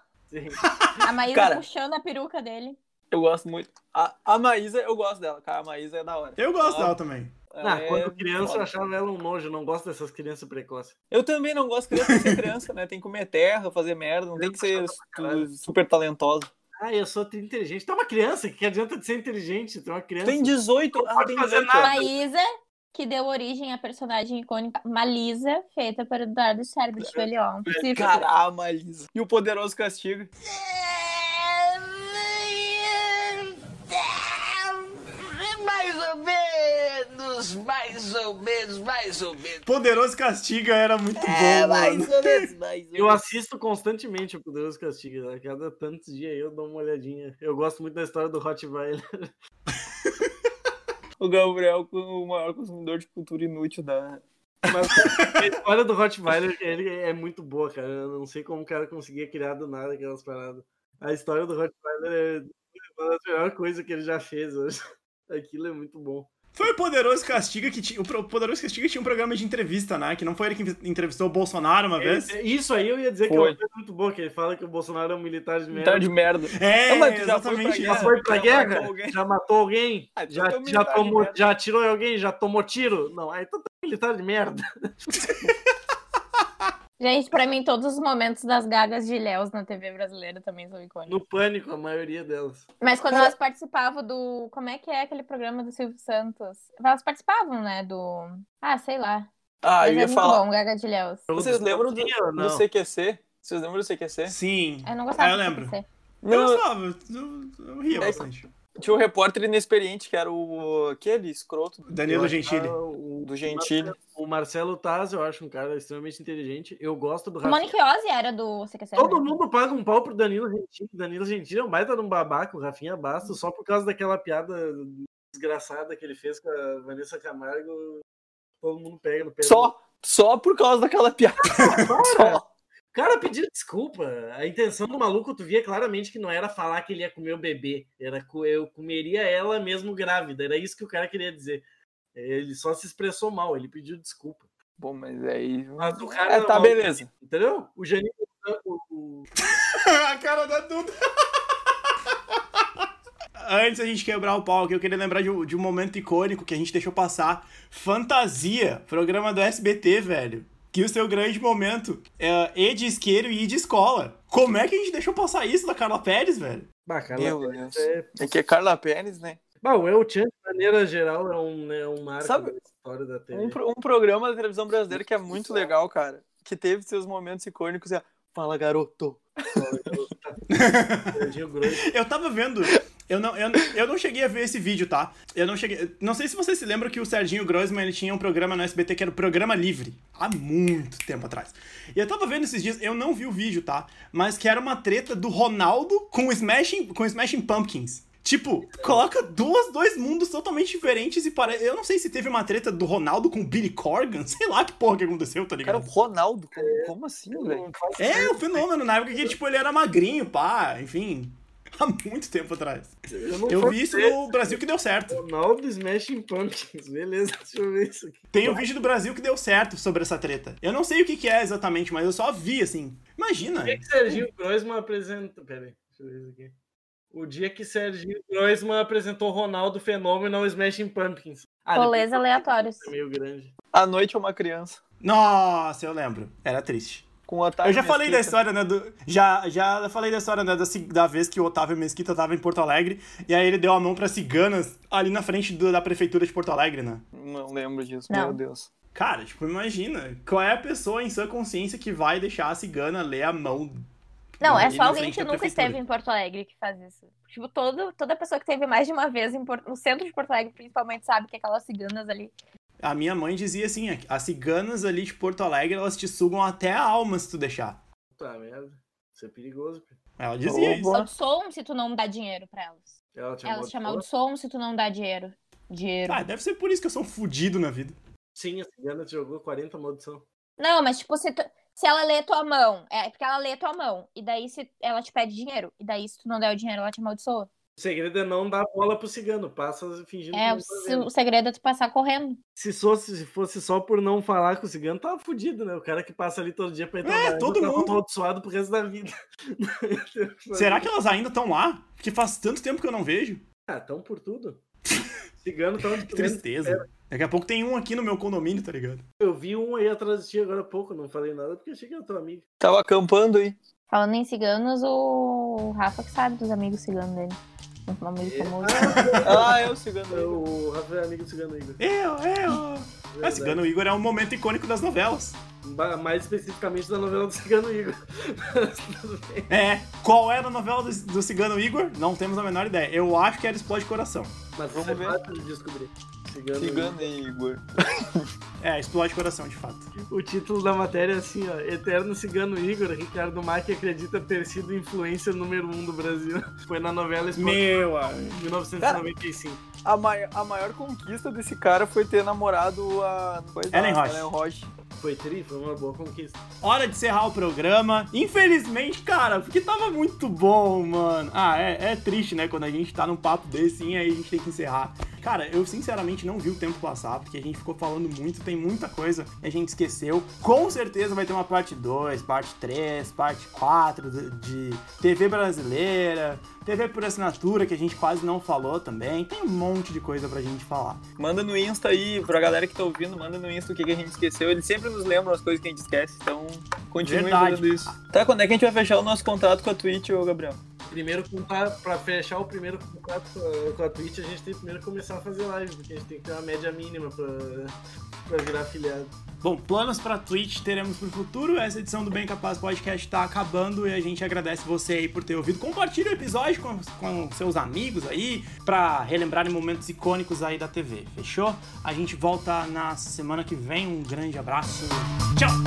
A Maísa Cara. puxando a peruca dele. Eu gosto muito. A, a Maísa, eu gosto dela, cara. A Maísa é da hora. Eu gosto Ela- dela também. ela Ah, é quando criança eu foda. achava ela um nojo, eu não gosto dessas crianças precoces. Eu também não gosto de criança ser criança, né? Tem que comer terra, fazer merda, não tem que ser tudo super talentosa. Ah, eu sou inteligente. Tu é uma criança, que adianta de ser inteligente? Tu é uma criança. Tem 18, não ah, pode tem fazer 18. nada. Maísa, que deu origem à personagem icônica Malisa, feita por Eduardo Charbit Bellion. Caramba, Maísa. Ah, E o poderoso castigo. Mais ou menos, mais ou menos, mais ou menos. Poderoso Castiga era muito bom, mano. Eu assisto constantemente o Poderoso Castigo. A cada tantos dias eu dou uma olhadinha. Eu gosto muito da história do Rottweiler. O Gabriel, o maior consumidor de cultura inútil da. Mas a história do Rottweiler ele é muito boa, cara. Eu não sei como o cara conseguia criar do nada aquelas paradas. A história do Rottweiler é uma das melhores coisas que ele já fez hoje. Aquilo é muito bom. Foi o Poderoso Castiga que tinha. O Pro- Poderoso Castiga tinha um programa de entrevista, né? Que não foi ele que entrevistou o Bolsonaro uma vez? É, é, Isso aí eu ia dizer que é Foi. uma coisa muito boa, que ele fala que o Bolsonaro é um militar de merda. Militar Tá de merda. É, Não, mas tu exatamente Já isso. foi pra Já Tá guerra? matou Já matou alguém? Ah, tu já, é um militar já, de tomou- merda. já atirou em alguém? Já tomou tiro? Não, aí tu é um militar de merda. Gente, pra mim, todos os momentos das gagas de Léus na TV brasileira também são icônicos. No pânico, a maioria delas. Mas quando elas participavam do. Como é que é aquele programa do Silvio Santos? Elas participavam, né? Do. Ah, sei lá. Ah, Mas eu é ia muito falar. bom, Gaga de Léus. Vocês lembram do, Tinha tá ou do não? CQC? Vocês lembram do CQC? Sim. É. Eu não gostava Ah, eu do lembro. CQC. Eu gostava, eu, eu ria É, bastante. Tinha um repórter inexperiente, que era o aquele escroto. Danilo Gentili. Do Gentili. tá O Marcelo Taz, eu acho um cara extremamente inteligente. Eu gosto do O é Monique Ozzy era do CQC. Todo mundo paga um pau pro Danilo Gentili. Danilo Gentili é um baita de um babaca, o Rafinha Bastos, só por causa daquela piada desgraçada que ele fez com a Vanessa Camargo. Todo mundo pega no pé. Só, só por causa daquela piada. Só. O cara pediu desculpa. A intenção do maluco, tu via claramente que não era falar que ele ia comer o bebê. Era co- eu comeria ela mesmo grávida. Era isso que o cara queria dizer. Ele só se expressou mal, ele pediu desculpa. Bom, mas aí. Mas o cara É, era tá, mal- beleza. Entendeu? O Janine. o- o- a cara da Duda. Antes da gente quebrar o pau aqui, eu queria lembrar de, um- de um momento icônico que a gente deixou passar. Fantasia, programa do SBT, velho. Que o seu grande momento é E de isqueiro e I de escola. Como é que a gente deixou passar isso da Carla Pérez, velho? Bah, Carla Meu Pérez Deus. é- É que é Carla Pérez, né? Bah, o El Chan, de maneira geral, é um, é um marco Sabe- da história da TV. Um, pro- um programa da televisão brasileira que é muito legal, cara. Que teve seus momentos icônicos. É... Fala, garoto. Então, Eu tava vendo. Eu não, eu, eu não cheguei a ver esse vídeo, tá? Eu não cheguei. Não sei se vocês se lembram que o Serginho Grossman ele tinha um programa no SBT que era o Programa Livre. Há muito tempo atrás. E eu tava vendo esses dias, eu não vi o vídeo, tá? Mas que era uma treta do Ronaldo com o Smashing, com o Smashing Pumpkins. Tipo, coloca duas, dois mundos totalmente diferentes e parece. Eu não sei se teve uma treta do Ronaldo com o Billy Corgan, sei lá que porra que aconteceu, tá ligado? Cara, o Ronaldo, como, como assim, velho? É, o fenômeno, na época que ele, tipo, ele era magrinho, pá, enfim. Há muito tempo atrás. Eu, Eu, não vi faço isso ideia. no Brasil que deu certo. Ronaldo Smashing Pumpkins, beleza, deixa eu ver isso aqui. Tem um vídeo do Brasil que deu certo sobre essa treta. Eu não sei o que, que é exatamente, mas eu só vi, assim. Imagina. O dia que Serginho Groisman apresenta. Pera aí, deixa eu ver isso aqui. O dia que Serginho Groisman apresentou Ronaldo Fenômeno ao Smashing Pumpkins. Rolês aleatórios. Ah, É meio grande. A noite é uma criança. Nossa, eu lembro. Era triste. Com o Otávio Eu já falei da Mesquita. história, né? Do, já, já falei da história, né? Da, ci- da vez que o Otávio Mesquita tava em Porto Alegre e aí ele deu a mão pra ciganas ali na frente do- da prefeitura de Porto Alegre, né? Não lembro disso, Não. meu Deus. Cara, tipo, imagina. Qual é a pessoa em sua consciência que vai deixar a cigana ler a mão? Não, é ali só na alguém frente que da nunca prefeitura? esteve em Porto Alegre que faz isso. Tipo, todo, toda pessoa que esteve mais de uma vez em Por- no centro de Porto Alegre, principalmente, sabe que aquelas ciganas ali. A minha mãe dizia assim, as ciganas ali de Porto Alegre, elas te sugam até a alma se tu deixar. Puta merda. Isso é perigoso. cara. Ela dizia isso. São som se tu não dá dinheiro pra elas. Ela te Elas te chamam de som se tu não dá dinheiro. Dinheiro. Ah, deve ser por isso que eu sou um fudido na vida. Sim, a cigana te jogou 40 maldição. Não, mas tipo, se, tu- se ela lê tua mão, é porque ela lê tua mão. E daí se ela te pede dinheiro. E daí, se tu não der o dinheiro, ela te amaldiçoa. O segredo é não dar bola pro cigano. Passa fingindo que É, não o, tá se- vendo. o segredo é tu passar correndo. Se, fosse, se fosse só por não falar com o cigano, tava fudido, né? O cara que passa ali todo dia pra entrar É, na todo tava mundo. amaldiçoado pro resto da vida. Será que elas ainda estão lá? Porque faz tanto tempo que eu não vejo. Ah, tão por tudo. Cigano tá tão de Que tristeza. Daqui a pouco tem um aqui no meu condomínio, tá ligado? Eu vi um aí atrás de ti agora há pouco, não falei nada porque achei que era tua amiga. Tava acampando aí. Falando em ciganos, o Rafa que sabe dos amigos ciganos dele. Um amigo É. famoso. Ah, eu cigano. O Rafa é amigo do cigano Igor. Eu, eu. Mas é, Cigano Igor é um momento icônico das novelas. Ba- Mais especificamente da novela do Cigano Igor. É. Qual era a novela do, do Cigano Igor? Não temos a menor ideia. Eu acho que era Explode Coração. Mas vamos ver. fácil de descobrir. Cigano, Cigano Igor. É, Explode Coração, de fato. O título da matéria é assim, ó. Eterno Cigano Igor, Ricardo Mack acredita ter sido influência número um do Brasil. Foi na novela Esporte Meu de 1995. A, mai- a maior conquista desse cara foi ter namorado a coisa Ellen lá, Roche. Ellen Roche. Foi tri, foi uma boa conquista. Hora de encerrar o programa. Infelizmente, cara, porque tava muito bom, mano. Ah, é, é triste, né? Quando a gente tá num papo desse, sim, aí a gente tem que encerrar. Cara, eu sinceramente não vi o tempo passar, porque a gente ficou falando muito, tem muita coisa que a gente esqueceu. Com certeza vai ter uma parte 2, parte 3, parte 4 de, de TV brasileira, TV por assinatura, que a gente quase não falou também. Tem um monte de coisa pra gente falar. Manda no Insta aí, pra galera que tá ouvindo, manda no Insta o que, que a gente esqueceu. Eles sempre nos lembram as coisas que a gente esquece, então continuem Verdade. fazendo isso. Tá, quando é que a gente vai fechar o nosso contrato com a Twitch, ô Gabriel? primeiro contar, pra fechar o primeiro contrato com a- com a Twitch, a gente tem que primeiro começar a fazer live, porque a gente tem que ter uma média mínima pra, pra virar afiliado. Bom, planos pra Twitch teremos pro futuro. Essa edição do Bem Capaz Podcast tá acabando e a gente agradece você aí por ter ouvido. Compartilhe o episódio com, com seus amigos aí pra relembrarem momentos icônicos aí da TV. Fechou? A gente volta na semana que vem. Um grande abraço. Tchau!